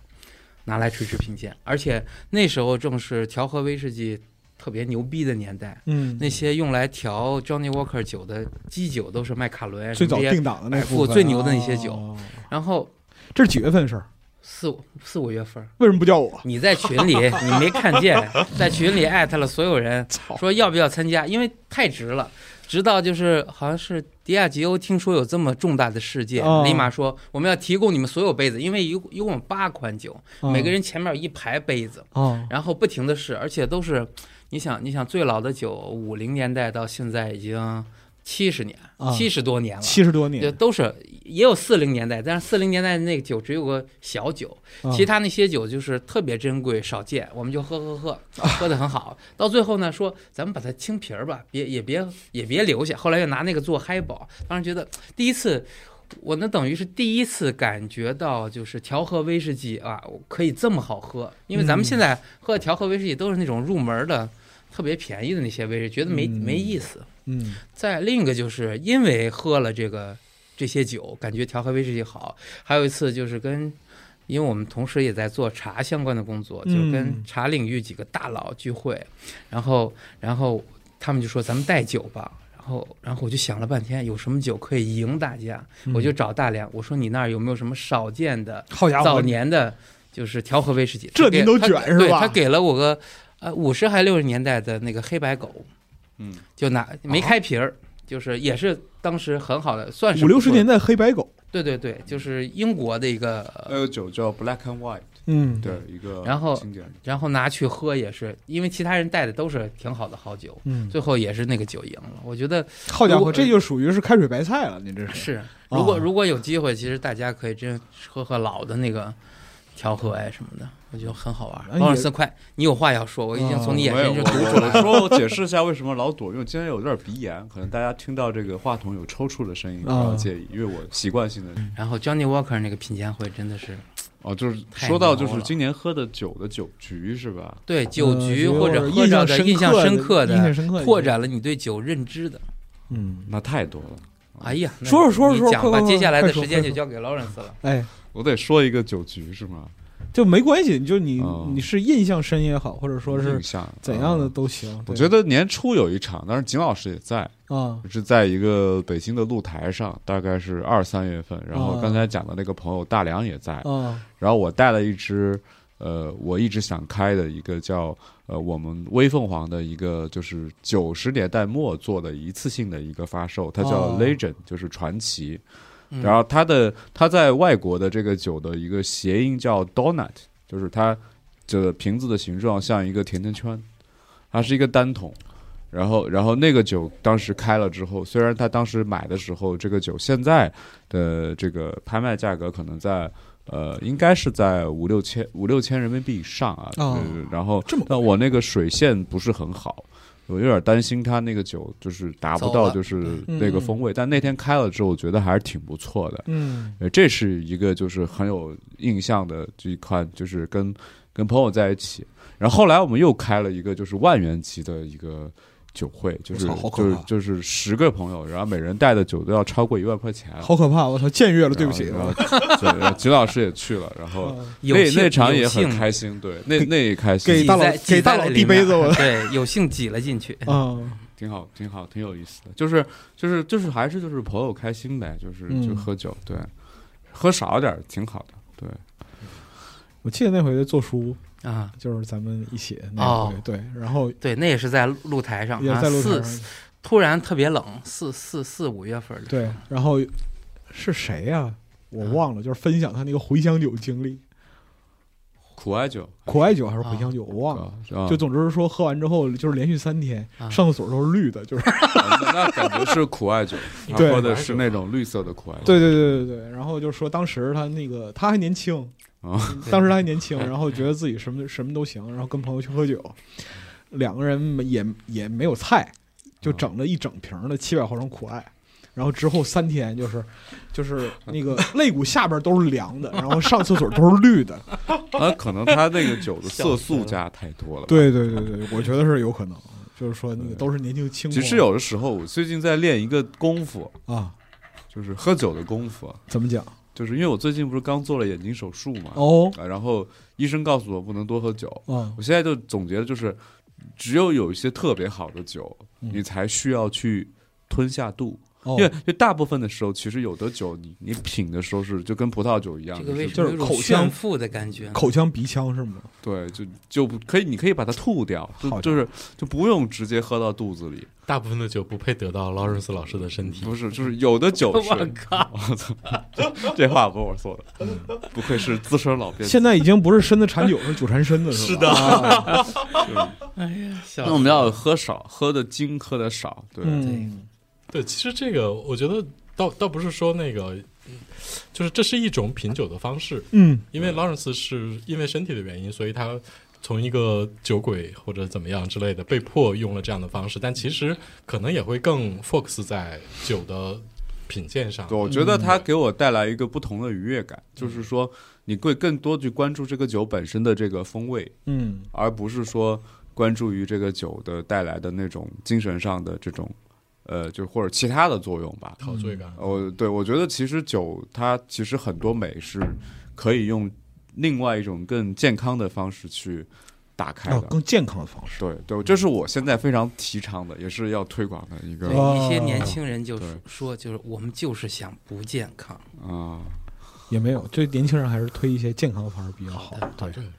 拿来垂直品鉴，而且那时候正是调和威士忌特别牛逼的年代，
嗯，
那些用来调 Johnny Walker 酒的基酒都是麦卡伦啊
最早
什么这些
定档的那部分
百富最牛的那些酒
哦
然后
这是几月份的事儿？
四五四五月份儿，
为什么不叫我？
你在群里你没看见，在群里艾特了所有人，
操！
说要不要参加，因为太值了。直到就是好像是迪亚吉欧听说有这么重大的事件，
哦
立马说我们要提供你们所有杯子，因为一一共有八款酒，
哦
嗯每个人嗯前面有一排杯子，
啊，
然后不停的试，而且都是，你想，你想最老的酒，五零年代到现在已经七十年
啊，
七十多年了，
七十多
就
年，
都是也有四零年代，但是四零年代那个酒只有个小酒，
啊
其他那些酒就是特别珍贵少见，我们就喝喝喝，
啊
喝的很好。到最后呢，说咱们把它清瓶儿吧，别也别也别留下。后来又拿那个做嗨宝，当时觉得第一次。我那等于是第一次感觉到，就是调和威士忌啊，可以这么好喝。因为咱们
嗯
现在喝的调和威士忌都是那种入门的、特别便宜的那些威士忌，觉得没
嗯
没意思。
嗯
再另一个就是因为喝了这个这些酒，感觉调和威士忌好。还有一次就是跟，因为我们同时也在做茶相关的工作，就
嗯
跟茶领域几个大佬聚会，然后然后他们就说咱们带酒吧。然后，然后我就想了半天，有什么酒可以赢大家？
嗯
我就找大连，我说你那儿有没有什么少见的
好家
早
伙，
年的，就是调和威士忌？
这
他给
您都
他
卷是
对
吧
他给了我个呃五十还六十年代的那个黑白狗，
嗯，
就拿没开瓶儿，就是也是当时很好的，算是
五六十年
代。
代黑白狗，
对对对，就是英国的一个，呃
那个酒叫 Black and White，
嗯，
对，一个
然后
经典的
然后拿去喝也是，因为其他人带的都是挺好的好酒，
嗯，
最后也是那个酒赢了。我觉得
好家
如
伙，
果
这就属于是开水白菜了，您这是。
是，如果
啊
如果有机会，其实大家可以真喝喝老的那个调和哎什么的，我觉得很好
哎
玩。劳尔
也
斯，快，你有话要说，我已经从你眼
没有，
神
我
就读出来了。
我说我解释一下为什么老躲，因为我今天有点鼻炎，可能大家听到这个话筒有抽搐的声音，不要介意，因为我习惯性的
然后 Johnny Walker 那个品鉴会真的是
哦，就是
太
说到
牛
就是
了
今年喝的酒的酒局是吧？
对酒局或者喝
呃印
着
象
的
深
印象深刻
印象
的，
深刻的
拓，展了你对酒认知的。
嗯，
那太多了，
哎呀，那
说着说着
你
说着快
讲吧，
快
接下来的
快说
时间
快说
就交给劳伦斯了。
哎，
我得说一个酒局是吗？
就没关系，就你
哦
你是印象深也好，或者说是
印象
怎样的
嗯
都行。
我
对
觉得年初有一场，当时景老师也在，
啊，
是在一个北京的露台上，大概是二三月份。然后
啊
刚才讲的那个朋友大梁也在，
啊，
然后我带了一支，呃，我一直想开的一个叫呃我们微凤凰的一个，就是九十年代末做的一次性的一个发售，它叫
哦
Legend，、就是传奇。
嗯
然后它的它在外国的这个酒的一个谐音叫 donut，就是它这瓶子的形状像一个甜甜圈，它是一个单桶。然后，然后那个酒当时开了之后，虽然他当时买的时候，这个酒现在的这个拍卖价格可能在呃，应该是在五六千五六千人民币以上啊。
哦
呃然后
这么，
但我那个水线不是很好，我有点担心他那个酒就是达不
糟
到
了
就是那个
嗯
风味。但那天开了之后，我觉得还是挺不错的。
嗯
呃，这是一个就是很有印象的这一款，就是跟跟朋友在一起。然后后来我们又开了一个就是万元级的一个酒会，就是
我操好可
就是
怕
就是十个朋友，然后每人带的酒都要超过一万块钱。
好可怕！我操，僭越了，对不起。
然后然后对，吉老师也去了，然后
啊
哦有
那
幸
那场也
有
很
幸
开心，对，那那也开
给
心，
大佬
挤在
给大佬递杯子我
对，有幸挤了 进去。
啊，
挺好，挺好，挺有意思的，就是就是就是还是就是朋友开心呗，就是就
嗯
喝酒，对，喝少点儿挺好的，对。
我记得那回做书
啊，
就是咱们一起那回，
哦
对，然后
对，那也是在露台上，
也
啊
在路
四
上，
突然特别冷，四四四五月份儿的时
对
候，，
然后是谁呀？我
啊
忘了，就是分享他那个茴香酒经历，
苦艾酒，
啊
苦艾酒还是茴香酒，我忘了。
啊，是吧
就总之是说，喝完之后就是连续三天
啊
上厕所都是绿的，就是
啊那那感觉是苦艾酒，他
对
喝的是那种绿色的苦艾酒。
对对对对对，然后就说当时他那个他还年轻
啊，
当时他还年轻，然后觉得自己什么什么都行，然后跟朋友去喝酒，两个人没也也没有菜，就整了一整瓶的七百毫升苦艾。然后之后三天就是，就是那 个肋骨下边都是凉的，然后上厕所都是绿 的。
啊，可能他那个酒的色素加太多了。，
对对对对，我觉得是有可能，就是说那个都是年轻轻。
其实有的时候我最近在练一个功夫，
啊，
就是喝酒的功夫，
怎么讲？
就是因为我最近不是刚做了眼睛手术嘛，
哦，
啊，然后医生告诉我不能多喝酒，
啊，
我现在就总结的就是，只有有一些特别好的酒，
嗯
你才需要去吞下肚。
哦
因为就大部分的时候，其实有的酒你你品的时候是就跟葡萄酒一样，
这
就
个为
是
什么
就
有
是
种
口腔
炫富的感觉呢？
口腔鼻腔是吗？
对，就就不可以，你可以把它吐掉，就
好的
就是就不用直接喝到肚子里，
大部分的酒不配得到劳伦斯老师的身体。
不是，就是有的酒
我
是，
靠，
我操，这话不是我说的，不愧是资深老编辑。
现在已经不是身子馋酒，是酒馋身子，是吧？啊是的，
哎呀，笑
那我们要喝少，喝的精，喝的少，对，
嗯，
对，其实这个我觉得倒倒不是说那个，嗯就是这是一种品酒的方式，
嗯
因为 Lawrence 是因为身体的原因，所以他从一个酒鬼或者怎么样之类的，被迫用了这样的方式，但其实可能也会更 focus 在酒的品鉴上
对，。我觉得它给我带来一个不同的愉悦感，
嗯
就是说你会更多去关注这个酒本身的这个风味，
嗯
而不是说关注于这个酒的带来的那种精神上的这种，呃，就或者其他的作用吧。
陶醉感，
呃我对我觉得其实酒它其实很多美是可以用另外一种更健康的方式去打开
哦，
的。
更健康的方式。
对对，这是我现在非常提倡的，也是要推广的一个
哦
啊、
啊
对，一些年轻人就
对
说说，就是我们就是想不健康，
啊
也没有，对年轻人还是推一些健康的方式比较好。对
对，
对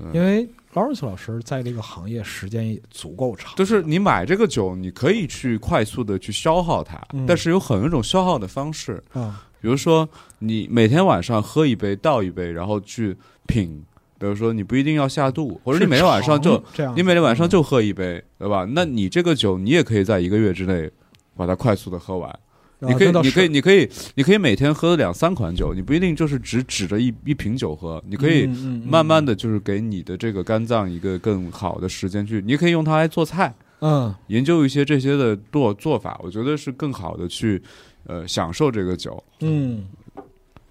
嗯
因为劳伦斯老师在这个行业时间也足够长，
就是你买这个酒，你可以去快速的去消耗它，
嗯
但是有很多种消耗的方式，
啊，
比如说你每天晚上喝一杯倒一杯，然后去品，比如说你不一定要下肚，或者你每天晚上
是
就
长这样，
你每天晚上就喝一杯，对吧？那你这个酒你也可以在一个月之内把它快速的喝完，
啊
你可以
那倒
你可以
是
你可以你可以每天喝两三款酒，你不一定就是只指着一一瓶酒喝，你可以。
嗯嗯嗯
慢慢的就是给你的这个肝脏一个更好的时间去，你可以用它来做菜，
嗯
研究一些这些的做做法，我觉得是更好的去，呃，享受这个酒。
嗯，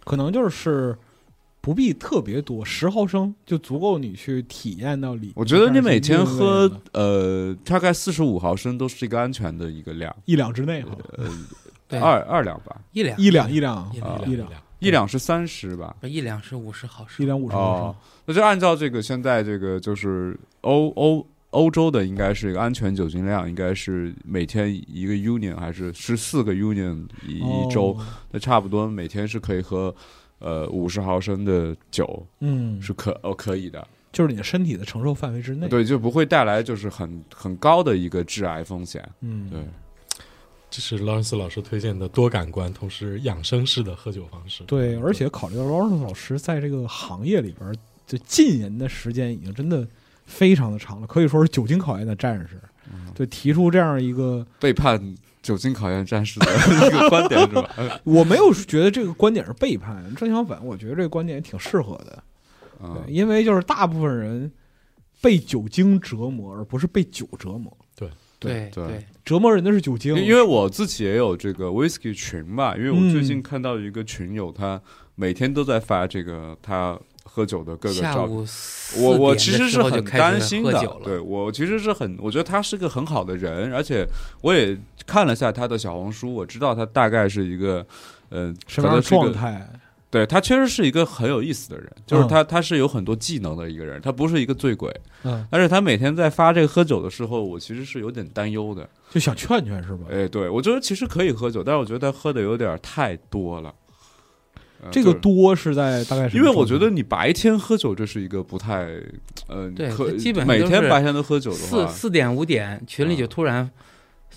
可能就是不必特别多，十毫升就足够你去体验到里。
我觉得你每天
这
喝
样的
呃大概四十五毫升都是一个安全的一个量，
一两之内哈，
对，
二二两吧，
一两
一两一两
一
啊
两
一
两
两
一两是三十吧。
不一两是五十毫升
一，两五十毫
哦
升，，
那就按照这个现在这个就是欧欧欧洲的应该是一个安全酒精量，应该是每天一个 union 还是十四个 union 一一周，
哦，
那差不多每天是可以喝呃五十毫升的酒
嗯，
是可哦可以的，
就是你的身体的承受范围之内。，
对，就不会带来就是很很高的一个致癌风险。
嗯，
对，
这是 Lawrence 老师推荐的多感官，同时养生式的喝酒方式。
对，而且考虑到劳伦斯老师在这个行业里边就禁言的时间已经真的非常的长了，可以说是久经考验的战士。
嗯
对，提出这样一个，
背叛酒精考验战士的一个观点 是吧？嗯
我没有觉得这个观点是背叛，正相反，我觉得这个观点挺适合的。对，
嗯，
因为就是大部分人被酒精折磨，而不是被酒折磨。
对
对
对，
折磨人的是酒精，
因因为我自己也有这个 whisky 群嘛，因为我最近
嗯
看到一个群友，他每天都在发这个他喝酒的各个
下
照片。
午四
我我
点
其
的
实
时
是
候就
很
开始
担心
喝
的
酒，了
对我其实是很，我觉得他是个很好的人，而且我也看了下他的小红书，我知道他大概是一个，呃，
什
可
么样的
能是一
状
个，
态？
对他确实是一个很有意思的人，就是他他是有很多技能的一个人，他不是一个醉鬼，
嗯，
但是他每天在发这个喝酒的时候，我其实是有点担忧的，
就想劝劝是吧？
哎，对我觉得其实可以喝酒，但是我觉得他喝的有点太多了，呃
这个
就是
多是在大概什
因
么
为
状态，
我觉得你白天喝酒，这是一个不太，呃，
对
可
基本上
每
就
天
是
白天都喝酒的
四
话，嗯
四点五点，群里就突然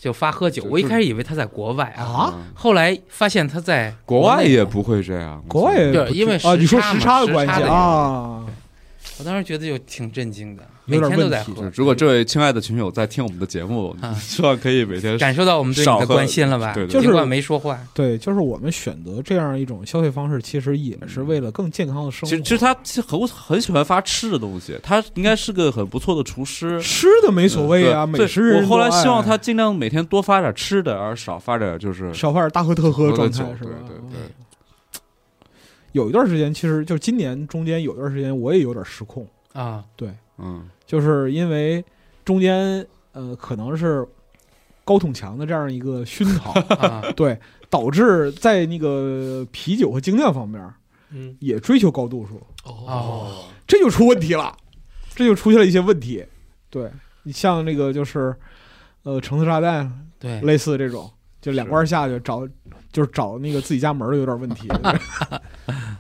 就发喝酒。
就
我一
就
开始以为他在国外啊，
啊，
嗯
后来发现他在
国外
内
也不会这样，
国外也
对
不
因为
至啊，
时
你说
差
时
嘛
差的
时
关
差
系
的原因
啊，
我当时觉得就挺震惊的，每
有点
天都
问
在
题
喝，
如果这位亲爱的群友在听我们的节目，
啊
希望可以每天
感受到我们对
少
你
喝
的关心了吧？
对对
对
尽管没说话，
对，就是我们选择这样一种消费方式，其实也是为了更健康的生
其实，
活。
其实他很很喜欢发吃的东西，他应该是个很不错的厨师。
吃的没所谓啊，
嗯对
美食人哎
我后来
都爱
希望他尽量每天多发点吃的，而少发点就是
少发点大喝特喝的
喝
状
的
态
酒
是吧？
对对对
嗯有一段时间，其实就今年中间有一段时间，我也有点失控，
啊，
嗯
就是因为中间呃，可能是高筒强的这样一个熏 陶，
啊
对，导致在那个啤酒和精酿方面
嗯，
也追求高度数，
哦
哦，
这就出问题了，这就出现了一些问题。对你像那个就是，呃，橙子炸弹
对，
类似这种，就两罐下去找，就是找那个自己家门儿有点问 题，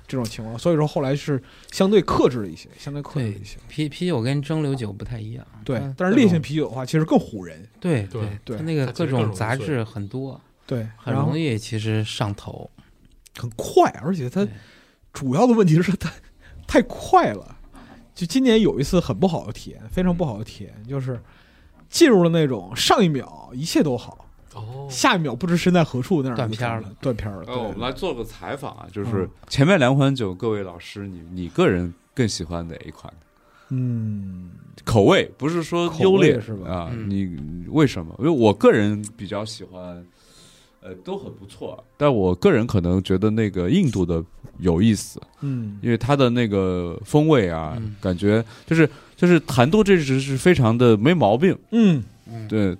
这种情况。所以说后来是相对克制了一些，相对嗯克制了一些。
啤啤酒跟蒸馏酒不太一样，
对
它，
但是烈性啤酒的话，其实更唬人。
对
对
对
它那个
它其
各
实更容
种
易
杂
醉
质很多，
对，
很
然后
容易其实上头。
很快，而且它
对
主要的问题是它太快了。就今年有一次很不好的体验，非常不好的体验，就是进入了那种上一秒一切都好，
哦，
下一秒不知身在何处那样
断片儿了，
断片儿了。
呃，我们
对
来做个采访啊，就是
嗯
前面两款酒，各位老师，你你个人更喜欢哪一款？
嗯，
口味不是说
口
优
味
劣
是吧
啊，
嗯
你为什么？因为我个人比较喜欢，呃，都很不错，但我个人可能觉得那个印度的有意思，
嗯，
因为它的那个风味啊，
嗯
感觉就是就是谈度这只是非常的没毛病，
嗯，
对，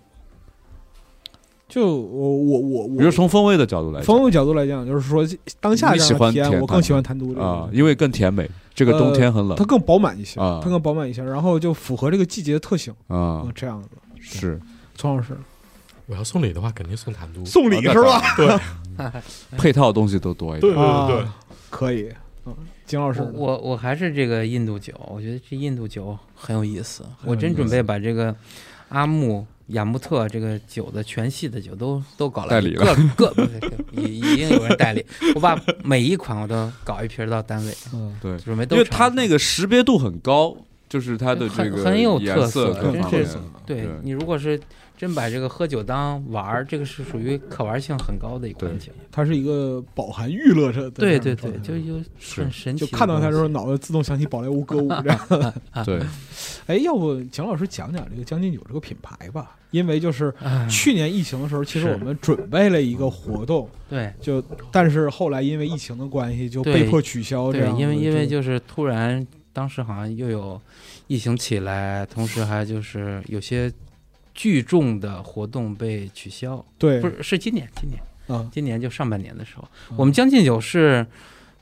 就我我我
比如
我，
从风味的角度来讲
风味角度来讲，就是说当下
你
这
喜
样的
欢
体验，
甜
我
谈
更喜欢谈独这个
啊
东，西
因为更甜美，这个冬天很冷
呃它更饱满一些，
啊
它更饱满一些，然后就符合这个季节的特性
啊
嗯，，这样子。
是
丛老师
我要送礼的话，肯定送坦都。
送
礼是吧？
对
配套东西都多一
对
点，
对对对，
啊可以，嗯，金老师
我
呢，
我我还是这个印度酒，我觉得这印度酒很有意思。
很有
我
意
真
思
准备把这个阿木、雅木特这个酒的全系的酒都都搞来
代理了，
各各 已已经有人代理，我把每一款我都搞一瓶到单位，
嗯，
对，
准备都
因为它
尝一尝。
那个识别度很高，就是它的这
很
个
很有
颜
特色
各
真
方
是
面。
对
对
你如果是真把这个喝酒当玩儿，这个是属于可玩性很高的一款
对
酒。
它是一个饱含娱乐着的这
对
样
对
的状态，
对，就有
是
很神奇
就
的东西。
看到它的时候，脑袋自动想起宝莱坞歌舞这 样。
对，
哎，要不蒋老师讲讲这个将进酒这个品牌吧？因为就是
哎，
去年疫情的时候，其实
是
我们准备了一个活动，
对
就但是后来因为疫情的关系，就被
对
迫取消。这
对
样，子
因为因为
就
就是突然当时好像又有疫情起来，同时还就是有些聚众的活动被取消，
对
不是是今年今年
啊，
今年就上半年的时候，
嗯
我们将进酒是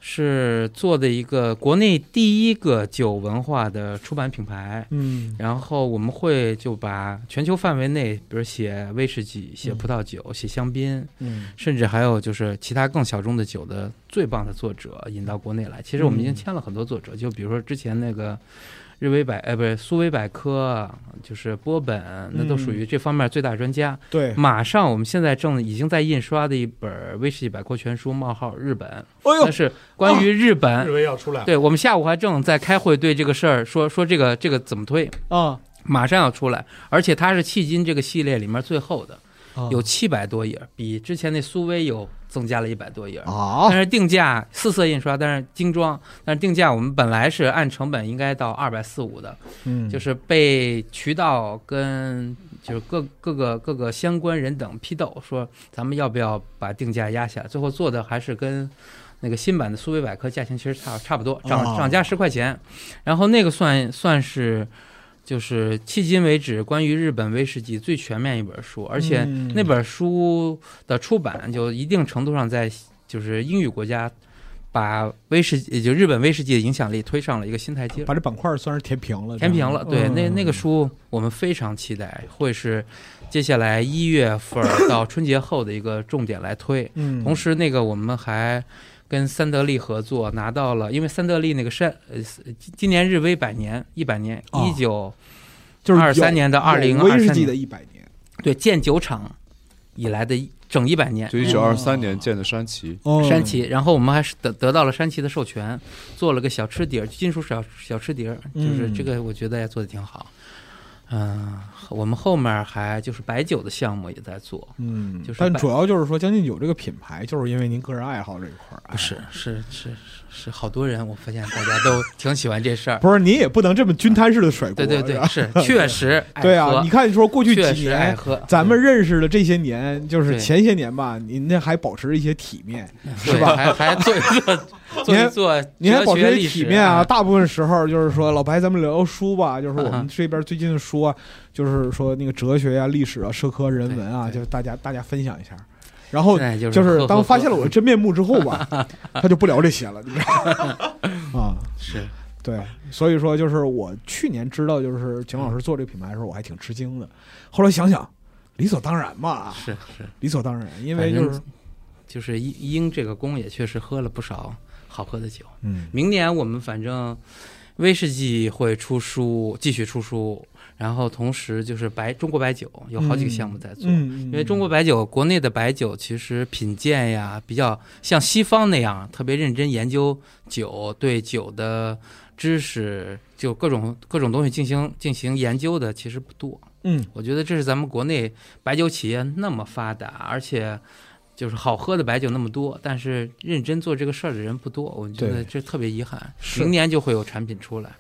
是做的一个国内第一个酒文化的出版品牌。
嗯
然后我们会就把全球范围内，比如写威士忌、写葡萄酒、写香槟，
嗯
甚至还有就是其他更小众的酒的最棒的作者引到国内来。其实我们已经
嗯
签了很多作者，就比如说之前那个日威百，呃，不是苏威百科，就是波本，那都属于这方面最大专家。
对，
嗯
马上我们现在正已经在印刷的一本威士忌百科全书，冒号日本，
哎呦
那，是关于日本。
哦日威要出来了，
对我们下午还正在开会，对这个事儿说说这个这个怎么推。
啊，
马上要出来，而且它是迄今这个系列里面最厚的，
啊
有七百多页，比之前那苏威有增加了一百 多页。
哦
啊
但，是定价四色印刷，但是精装，但是定价我们本来是按成本应该到二百四五的，
嗯，
就是是被渠道跟就是各各个各个相关人等批斗，说咱们要不要把定价压下来？最后做的还是跟那个新版的苏维百科价钱其实差差不多，涨
哦
涨价十块钱，然后那个算算是。就是迄今为止关于日本威士忌最全面一本书，而且
嗯
那本书的出版就一定程度上在就是英语国家把威士忌也就日本威士忌的影响力推上了一个新台阶。
把这板块算是填平了，
填
这
平
样
了。对，那那个
嗯
书我们非常期待，会是接下来一月份儿到春节后的一个重点来推。
嗯，
同时，那个我们还跟三得利合作，拿到了，因为三得利那个山，呃，今今年日威百年一百年，
哦
一九
就是
二三
有
年到二零
有
二
威士
三
忌的
年，
一百年
对，建酒厂以来的一整一百年。
就一九二三年建的山崎，
哦
山崎，然后我们还是得得到了山崎的授权，做了个小吃碟儿，金属小小吃碟儿，就是
嗯
这个我觉得也做的挺好。嗯、我们后面还就是白酒的项目也在做，
嗯，
就是
但
百
主要就是说，将进酒这个品牌，就是因为您个人爱好这一块儿，哎
不是是是是，好多人我发现大 家都挺喜欢这事儿。
不是，您也不能这么均摊式的甩锅，
对对
是
对，
吧
是确 实爱喝，
对啊，你看，你说过去
确
几
实爱
年。
喝，
咱们认识的这些年，就是
对
前些年吧，您这还保持着一些体面，
对
是吧
还还做一 做做
您还
一做
您还
哲
保持
学
着
历
体
史
面啊。
啊，
大部分时候就是说，老白，咱们聊聊书 吧，就是我
嗯
们
哼
这边最近的书啊，就是说那个哲学啊、历史啊、社科、人文啊，
对对
就是大家大家分享一下。然后
现在就是
就是
喝
当
喝
发
喝
现了我的真面目之后 吧，他就不聊这些了，你知道吗？啊，
是
对，所以说就是我去年知道就是景老师做这个品牌的时候，我还挺吃惊的。后来想想，理所当然嘛，
是是，
理所当然，因为
反正
就是
就是英英这个宫也确实喝了不少好喝的酒。
嗯
明年我们反正威士忌会出书，继续出书，然后同时就是白中国白酒有好几个项目在做。
嗯，因
因为中国白酒，国内的白酒其实品鉴呀，比较像西方那样特别认真研究酒，对酒的知识，就各种各种东西进行进行研究的其实不多。
嗯
我觉得这是咱们国内白酒企业那么发达，而且就是好喝的白酒那么多，但是认真做这个事儿的人不多，我觉
对
得这特别遗憾。
是哦
明年就会有产品出来，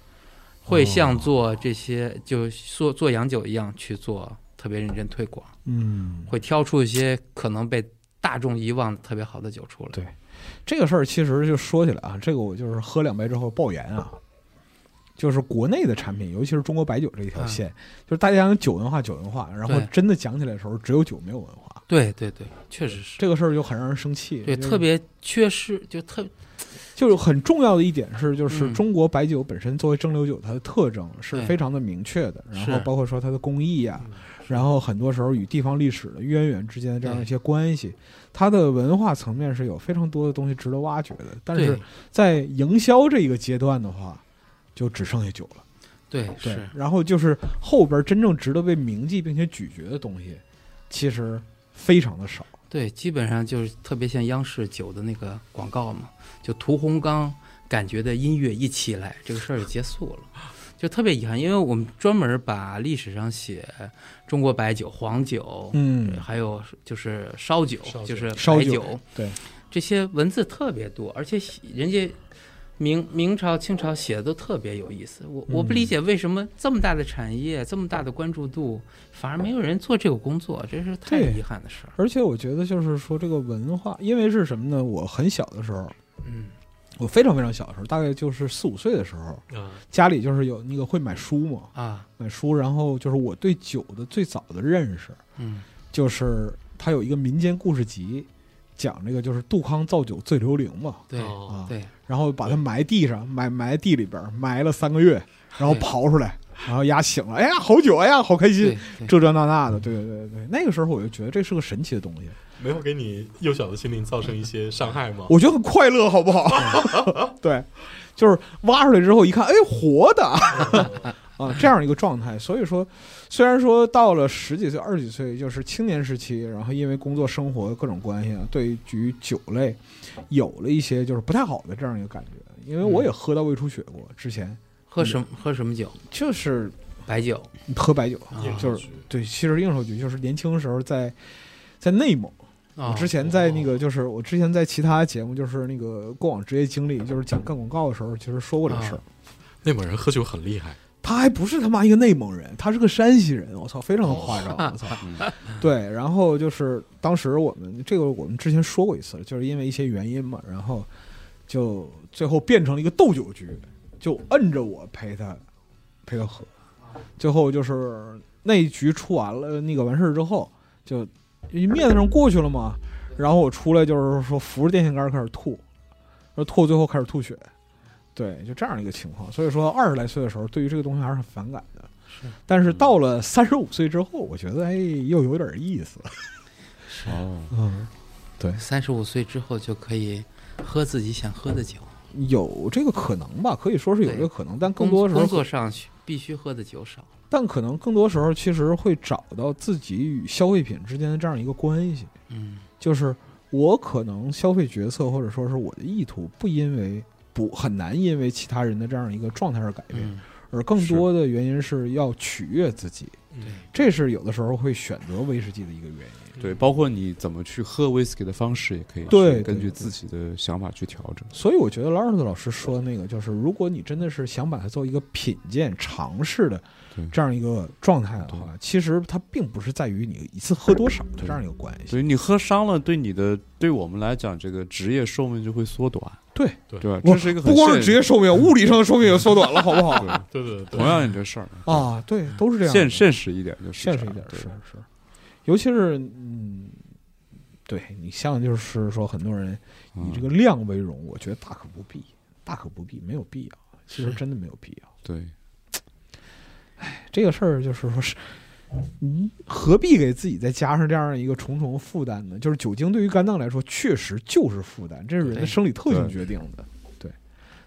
会像做这些就做做洋酒一样去做特别认真推广，
嗯，
会挑出一些可能被大众遗忘的特别好的酒出来。
对这个事儿其实就说起来啊，这个我就是喝两杯之后爆言啊，就是国内的产品，尤其是中国白酒这一条线，就是大家讲酒文化，酒文化，然后
嗯对
真的讲起来的时候，只有酒没有文化，
对对对，确实是。
这个事儿就很让人生气。
对，
就是
特别缺失，就特
就是很重要的一点是，就是
嗯
中国白酒本身作为蒸馏酒，它的特征是
对
非常的明确的，然
是嗯
后包括说它的工艺啊，然后很多时候与地方历史的渊源之间的这样一些关系，
嗯
它的文化层面是有非常多的东西值得挖掘的。但是
对
在营销这一个阶段的话，就只剩下酒了。
对
对
是，，
然后就是后边真正值得被铭记并且咀嚼的东西，其实非常的少。
对，基本上就是特别像央视酒的那个广告嘛，就屠洪刚感觉的音乐一起来，这个事儿就结束了，就特别遗憾，因为我们专门把历史上写中国白酒、黄酒，
嗯
还有就是烧酒，
烧酒
就是
烧
白
酒对
这些文字特别多，而且写人家。明明朝、清朝写的都特别有意思，我我不
嗯
理解为什么这么大的产业、这么大的关注度，反而没有人做这个工作，这是太
对
遗憾的事儿。
而且我觉得就是说这个文化，因为是什么呢？我很小的时候，
嗯，
我非常非常小的时候，大概就是四五岁的时候，
啊，
家里就是有那个会买书嘛，
啊，
买书，然后就是我对酒的最早的认识，
嗯
就是它有一个民间故事集，讲这个就是杜康造酒醉刘伶嘛，，
对
哦
啊，
对，
然后把它埋地上，埋埋地里边埋了三个月，然后
对
刨出来，然后鸭醒了，哎呀，好酒，哎呀，好开心
对，对
这这那那的，对对对对，那个时候我就觉得这是个神奇的东西，
没有给你幼小的心灵造成一些伤害 吗？
我觉得很快乐，好不好？ 对，就是挖出来之后一看，哎，活 的啊，这样一个状态。所以说，虽然说到了十几岁、二十几岁，就是青年时期，然后因为工作、生活各种关系啊，对于酒类有了一些就是不太好的这样一个感觉。因为我也喝到胃出血过，之前
喝什么喝什么酒？
就是
白酒
喝白酒，
啊
就是对，其实应酬局就是年轻时候在在内蒙。
啊
我之前在
哦
那个就是我之前在其他节目就是那个过往职业经历，就是讲干广告的时候，其实说过这个事儿
啊。
内蒙人喝酒很厉害，
他还不是他妈一个内蒙人，他是个山西人，我操，非常的夸张，我操。对，然后就是当时我们这个我们之前说过一次了，就是因为一些原因嘛，然后就最后变成了一个斗酒局，就摁着我陪他陪他喝，最后就是那一局出完了，那个完事儿之后，就面子上过去了嘛，然后我出来就是说扶着电线杆开始吐，然后吐最后开始吐血，对，就这样一个情况。所以说二十来岁的时候，对于这个东西还是很反感的。但是到了三十五岁之后，我觉得哎，又有点意思。
哦，
嗯，
三十五岁之后就可以喝自己想喝的酒，
有这个可能吧，可以说是有这个可能，但更多时
工
候，
作上去必须喝的酒少。
但可能更多时候其实会找到自己与消费品之间的这样一个关系，
嗯，
就是我可能消费决策或者说是我的意图，不因为不很难因为其他人的这样一个状态而改变，
嗯，
而更多的原因是要取悦自己，这是有的时候会选择威士忌的一个原因。
对，包括你怎么去喝 whisky 的方式，也可以去
对
根
对
据自己的想法去调整。
所以我觉得劳尔斯老师说的那个，就是如果你真的是想把它做一个品鉴尝试的
对
这样一个状态的话，其实它并不是在于你一次喝多少的这样一个关
所
系。
以你喝伤了，对你的对我们来讲，这个职业寿命就会缩短。
对
对
对吧，
我
这是一个很
不光
现
是职业寿命，物理上的寿命也缩短了，好不好？
对
对对对，
同样你这事儿
啊，对，都是这样的。
现现实一点就是
现实
这样
一点，
对
是是，尤其是嗯，对你像就是说很多人以
嗯
这个量为荣，我觉得大可不必，大可不必，没有必要，其实真的没有必要。
对
这个事儿就是说是，嗯，何必给自己再加上这样一个重重负担呢？就是酒精对于肝脏来说确实就是负担，这是人的
对
生理特性决定的。对，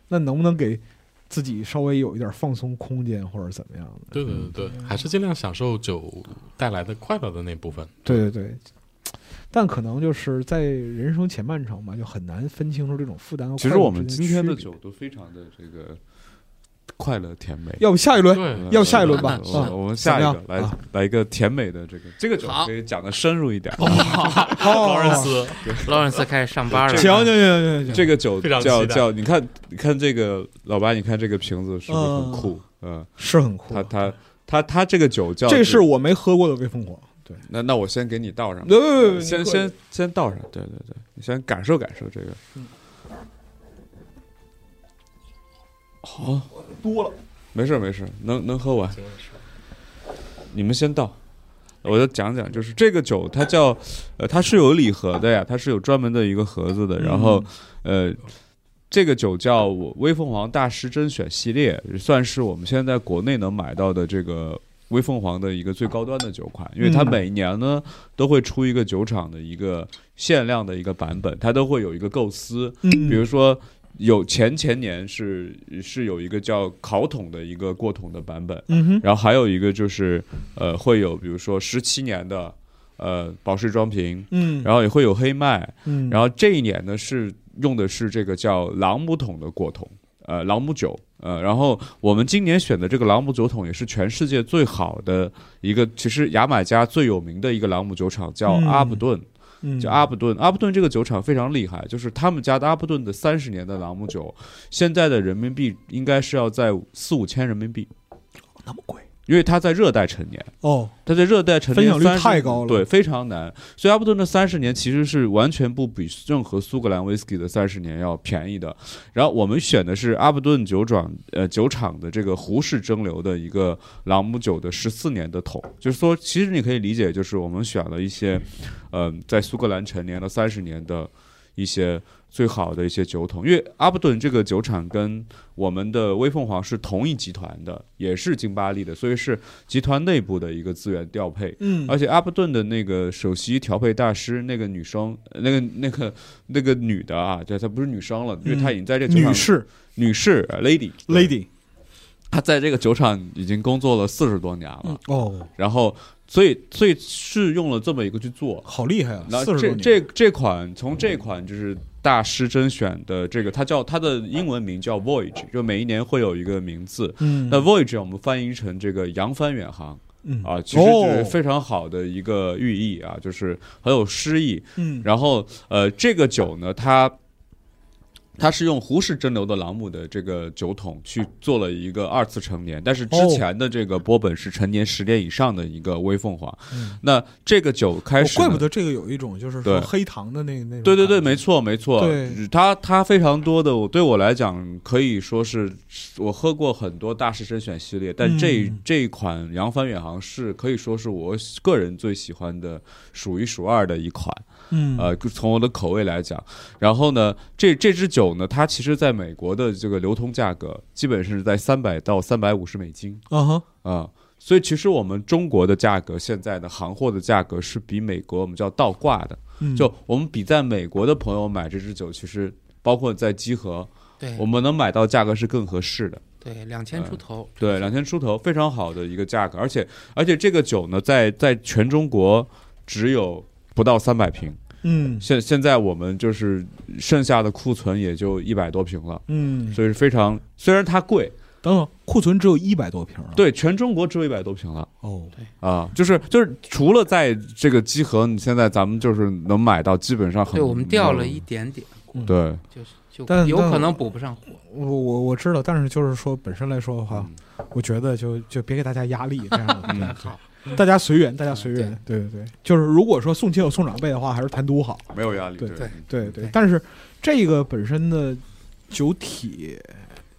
那能不能给自己稍微有一点放松空间或者怎么样的？
对对对对，还是尽量享受酒带来的快乐的那部分。
对对对。但可能就是在人生前半程吧，就很难分清楚这种负担和
其
快
实
乐
我
之
们
间
今天的
区别
酒都非常的这个
快乐甜美。
要不下一轮，
对，
要下一轮吧
我
啊
我们下一个
怎么
来
样啊
来一个甜美的这个这个酒
好
可以讲的深入一点。
哦好，
劳伦斯，
劳伦斯开始上班了，
行行行行行，
这个酒
非常
叫
期待
叫你看你看这个老白，你看这个瓶子是不是很酷？嗯，
是很酷
它。它它它这个酒叫
这是我没喝过的微风火，
那那我先给你倒上吧，
对对对对
先
你过
先先倒上，对对对，你先感受感受这个。好、
多了。
没事儿没事儿，能能喝完。你们先倒，我就讲讲，就是这个酒它叫，呃，它是有礼盒的呀，它是有专门的一个盒子的。然后，呃，这个酒叫我微凤凰大师甄选系列，算是我们现在国内能买到的这个微凤凰的一个最高端的酒款，因为它
嗯
每年呢都会出一个酒厂的一个限量的一个版本，它都会有一个构思，
嗯，
比如说有前前年是是有一个叫烤桶的一个过桶的版本，
嗯哼，
然后还有一个就是呃会有比如说十七年的呃保湿装瓶，
嗯，
然后也会有黑麦，
嗯，
然后这一年呢是用的是这个叫朗姆桶的过桶，呃朗姆酒。呃，然后我们今年选的这个朗姆酒桶也是全世界最好的一个，其实牙买加最有名的一个朗姆酒厂叫
嗯
阿布顿，
嗯
就啊阿布顿，阿布顿这个酒厂非常厉害，就是他们家的阿布顿的三十年的朗姆酒，现在的人民币应该是要在四五千人民币，
那么贵
因为它在热带陈年，
哦，
它在热带陈
分
年
享率
30
太高了
对，非常难。所以阿布顿的三十年其实是完全不比任何苏格兰威士忌的三十年要便宜的。然后我们选的是阿布顿酒厂呃酒厂的这个胡氏蒸馏的一个朗姆酒的十四年的桶，就是说，其实你可以理解，就是我们选了一些，嗯、在苏格兰陈年了三十年的一些最好的一些酒桶，因为阿布顿这个酒厂跟我们的威凤凰是同一集团的，也是金巴利的，所以是集团内部的一个资源调配。
嗯，
而且阿布顿的那个首席调配大师，那个女生，呃那个那个那个女的啊，对，她不是女生了，因为她已经在这酒厂
嗯女士
女士呃 lady
lady
她在这个酒厂已经工作了四十多年了，
哦，
然后所以所以是用了这么一个去做。
好厉害啊，
那
四十
这
多年，
这这款从这款就是大师甄选的这个，它叫它的英文名叫 Voyage，就每一年会有一个名字。
嗯，
那 Voyage 我们翻译成这个扬帆远航
嗯
啊，其实就是
哦
非常好的一个寓意啊，就是很有诗意。
嗯，
然后呃，这个酒呢，它它是用胡氏蒸馏的朗姆的这个酒桶去做了一个二次陈年，但是
哦
之前的这个波本是陈年十年以上的一个微凤凰。
嗯
那这个酒开
哦
始呢、
怪不得这个有一种就是说
对
黑糖的那那种
对对对，
感觉
没错没错
对，
它它非常多的，我对我来讲可以说是我喝过很多大师甄选系列，但这、
嗯
这一款扬帆远航是可以说是我个人最喜欢的数一数二的一款。
嗯
呃，从我的口味来讲，然后呢，这这支酒呢，它其实在美国的这个流通价格基本是在三百到三百五十美金
啊哈
啊、所以其实我们中国的价格现在的行货的价格是比美国我们叫倒挂的，
嗯
就我们比在美国的朋友买这支酒，其实包括在集合，
对
我们能买到价格是更合适的。
对，两千出头，
对，两千出头，非常好的一个价格，而且而且这个酒呢，在在全中国只有不到三百瓶，
嗯
现现在我们就是剩下的库存也就一百多瓶了，
嗯，
所以是非常虽然它贵，
嗯
等等，库存只有一百多瓶啊，
对全中国只有一百多瓶了
哦，
啊，就是就是除了在这个集合，你现在咱们就是能买到，基本上很
对我们掉了一点点，
对
就是就
呃但
有
但
可能补不上货。
我我我知道，但是就是说本身来说的话，我觉得就就别给大家压力，这样的嗯好，大家随缘，大家随缘，对对对，就是如果说送亲友送长辈的话，还是谈都好，
没有压力，
对
对
对对
对，
但是这个本身的酒体，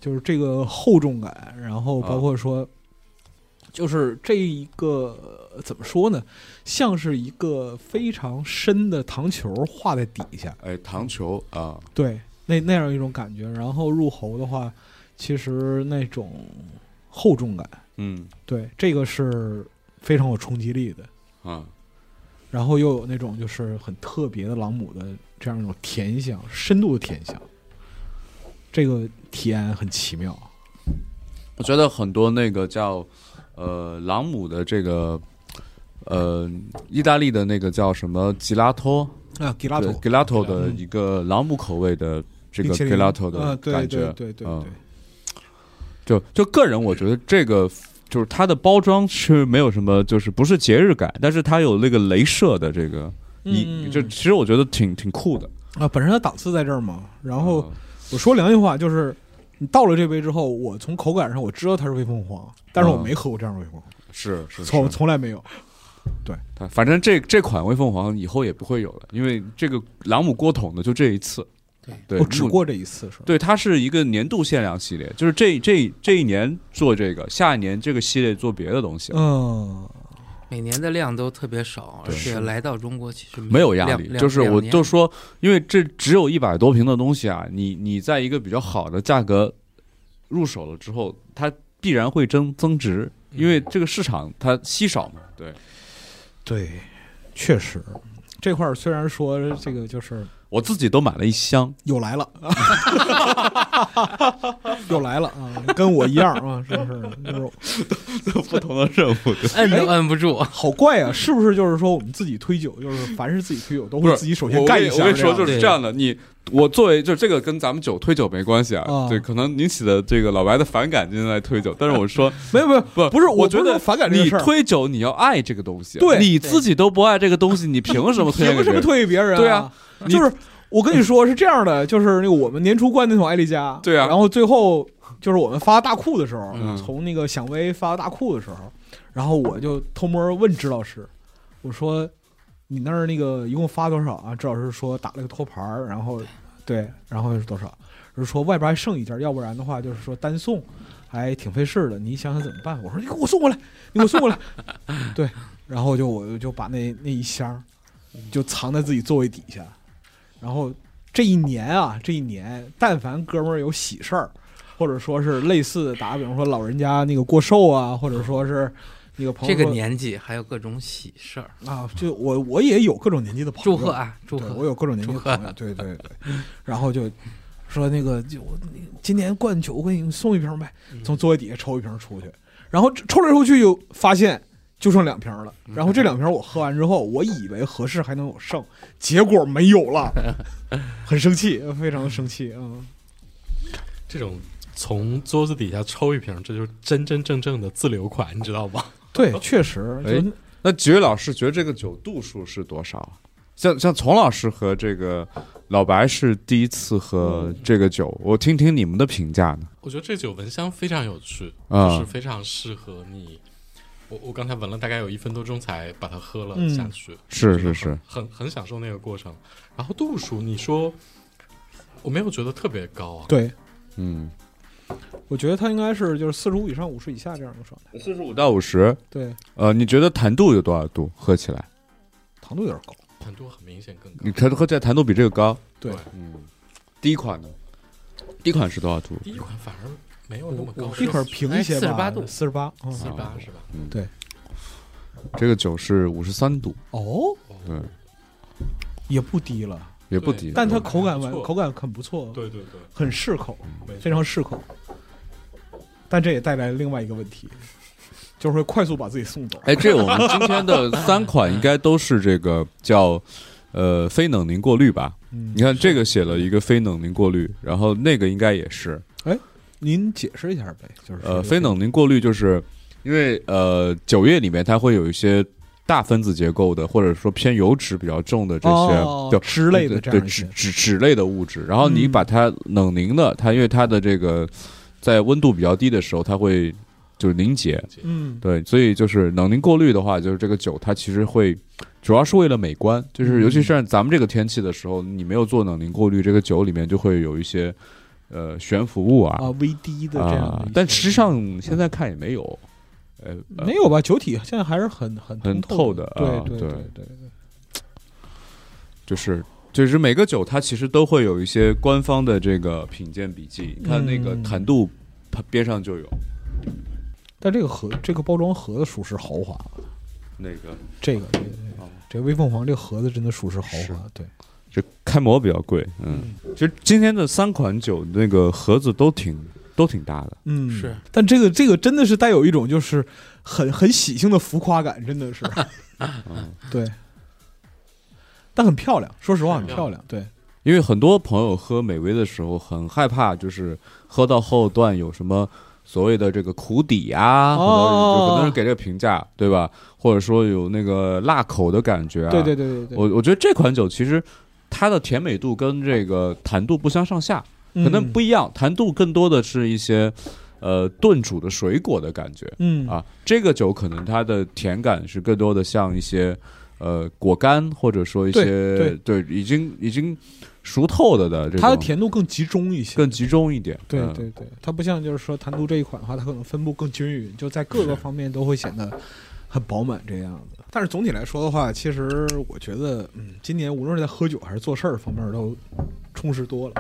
就是这个厚重感，然后包括说，就是这一个呃怎么说呢，像是一个非常深的糖球画在底下，
哎，糖球啊，
对，那那样一种感觉。然后入喉的话，其实那种厚重感，
嗯
对，这个是非常有冲击力的。
啊，
然后又有那种就是很特别的朗姆的这样一种甜香，深度的甜香，这个体验很奇妙。
我觉得很多那个叫呃朗姆的这个呃意大利的那个叫什么吉拉托，
啊，吉拉
对
图
gelato 的一个朗姆口味的这个
冰淇淋
gelato
啊
的
对
感
对
觉，
对对对
嗯
对，
就就个人，我觉得这个就是它的包装是没有什么，就是不是节日感，但是它有那个镭射的这个，一、
嗯
就其实我觉得挺挺酷的。
啊，本身它档次在这儿嘛。然
啊
后我说良心话，就是你到了这杯之后，我从口感上我知道它是微凤凰，但是我
嗯
没喝过这样的微凤凰，
是是
从
是
从来没有。
它啊反正这这款微凤凰以后也不会有了，因为这个朗姆锅桶的就这一次。对，
我只
目
过这一次是吧？
对，它是一个年度限量系列，就是这这这一年做这个，下一年这个系列做别的东西了，
嗯，
每年的量都特别少，而且来到中国其实
没有压
量
力。
量
就是我
量
就说，因为这只有一百多瓶的东西啊，你你在一个比较好的价格入手了之后，它必然会增增值，因为这个市场它稀少嘛。对
对，确实这块儿虽然说这个就是
我自己都买了一箱，
又来了，又来了啊，跟我一样啊，是不是？就是
不同的任务。
摁都
哎
摁不住，
好怪啊，是不是？就是说我们自己推酒，就是凡是自己推酒都
不
会
是
自己首
我
先
跟
干一
你
下这
我跟
样的。
你说，就是这样的。你我作为就这个跟咱们酒推酒没关系
啊
啊，对，可能引起的这个老白的反感今天来推酒，但是我说
没有没有
不
不是，我
我觉
不是说
得
反感这个
你
事儿，啊
推酒你要爱这个东西，啊
对
你自己都不爱这个东西，你 凭什么推？
凭什么？推给别人、
对
啊
啊，你
就是我跟你说是这样的，就是那个我们年初灌那桶艾丽加，
对啊
然后最后就是我们发大库的时候，
嗯
从那个响威发大库的时候，然后我就偷摸问支老师，我说你那儿那个一共发多少啊？支老师说打了个托盘儿，然后对，然后是多少？就是说外边还剩一件，要不然的话就是说单送。还挺费事的，你想想怎么办？我说你给我送过来，你给我送过来。对，然后就我就把那那一箱儿就藏在自己座位底下。然后这一年啊，这一年，但凡哥们儿有喜事儿，或者说是类似打个比方说老人家那个过寿啊，或者说是那个朋
这
友
个
说
年纪还有各种喜事儿，
啊，就我我也有各种年纪的朋
祝
友，
贺啊，祝
对，
贺！
我有各种年纪的朋友，对对对，然后就说那个就我那今年灌酒，我给你送一瓶呗，从座位底下抽一瓶出去，然后这抽来抽去又发现就剩两瓶了，然后这两瓶我喝完之后，我以为合适还能有剩，结果没有了，很生气，非常生气啊、嗯
这种从桌子底下抽一瓶，这就是真真正正的自留款，你知道吧？
对，确实，
哎
就
那几位老师觉得这个酒度数是多少啊？像像丛老师和这个老白是第一次
嗯
喝这个酒，我听听你们的评价呢。
我觉得这酒闻香非常有趣，就
啊
是非常适合你。我我刚才闻了大概有一分多钟才把它喝了
嗯
下去，
是
真的
是是
很，很很享受那个过程。然后度数，你说我没有觉得特别高啊，
对，
嗯，
我觉得他应该是就是四十五以上五十以下这样的状态，
四十五到五十，
对，
呃，你觉得谈度有多少度？喝起来，
糖度有点高，
程度很明显更
嗯
高
你。喝喝起来谈度比这个高。
对，
嗯，第一款呢？第一款是多少度？
第一款反而没有那么高，
一会儿平一些吧，
48度
四十八，嗯
四十八是吧？
这个酒是五十三度，
哦，
对，
也不低了。
也不低。
但它
对
口感
不
完
错
口感很不错，嗯
对对对，
很适口，
没错
非常适口。但这也带来另外一个问题，就是会快速把自己送走。
哎，这我们今天的三款应该都是这个叫呃非冷凝过滤吧？
嗯
你，看这个写了一个非冷凝过滤，然后那个应该也是
您解释一下呗，就是
呃非冷凝过滤，就是因为呃酒液里面它会有一些大分子结构的，或者说偏油脂比较重的这
哦
些对
脂类的这
对
样一
脂
些，
脂脂类的物质，然后你
嗯
把它冷凝了，它因为它的这个在温度比较低的时候，它会就是凝结，
嗯，
对，所以就是冷凝过滤的话，就是这个酒它其实会，主要是为了美观，就是尤
嗯
其是咱们这个天气的时候，你没有做冷凝过滤，这个酒里面就会有一些呃悬浮物啊
啊微低的
啊
这样的一些，
但实际上现在看也没有，呃，呃
没有吧？酒体现在还是很很
很
通
透
的
的，啊
对对
对
对对，
就是。就是每个酒，它其实都会有一些官方的这个品鉴笔记。你看那个
嗯
坛度，它边上就有
但这个盒这个包装盒子属实豪华，
那个，
这个这个
哦
这个微凤凰这个盒子真的属实豪华，对，
这开模比较贵。嗯，其实今天的三款酒那个盒子都挺都挺大的。
嗯，
是。
但这个这个真的是带有一种就是很很喜庆的浮夸感，真的是，
嗯
对。但很漂亮，说实话很
啊
漂亮，对，
因为很多朋友喝美威的时候很害怕，就是喝到后段有什么所谓的这个苦底啊，或者是就可
哦
能是给这个评价，对吧？或者说有那个辣口的感觉啊。
对对对对对，
我我觉得这款酒其实它的甜美度跟这个弹度不相上下，可能
嗯
不一样。弹度更多的是一些呃炖煮的水果的感觉
嗯
啊，这个酒可能它的甜感是更多的像一些呃果干或者说一些
对
对已经已经熟透了的这种，
它的甜度更集中一些，
更集中一点。
对
嗯
对对，它不像就是说弹涂这一款的话，它可能分布更均匀，就在各个方面都会显得很饱满这样子。但是总体来说的话，其实我觉得，嗯，今年无论是在喝酒还是做事儿方面都充实多了，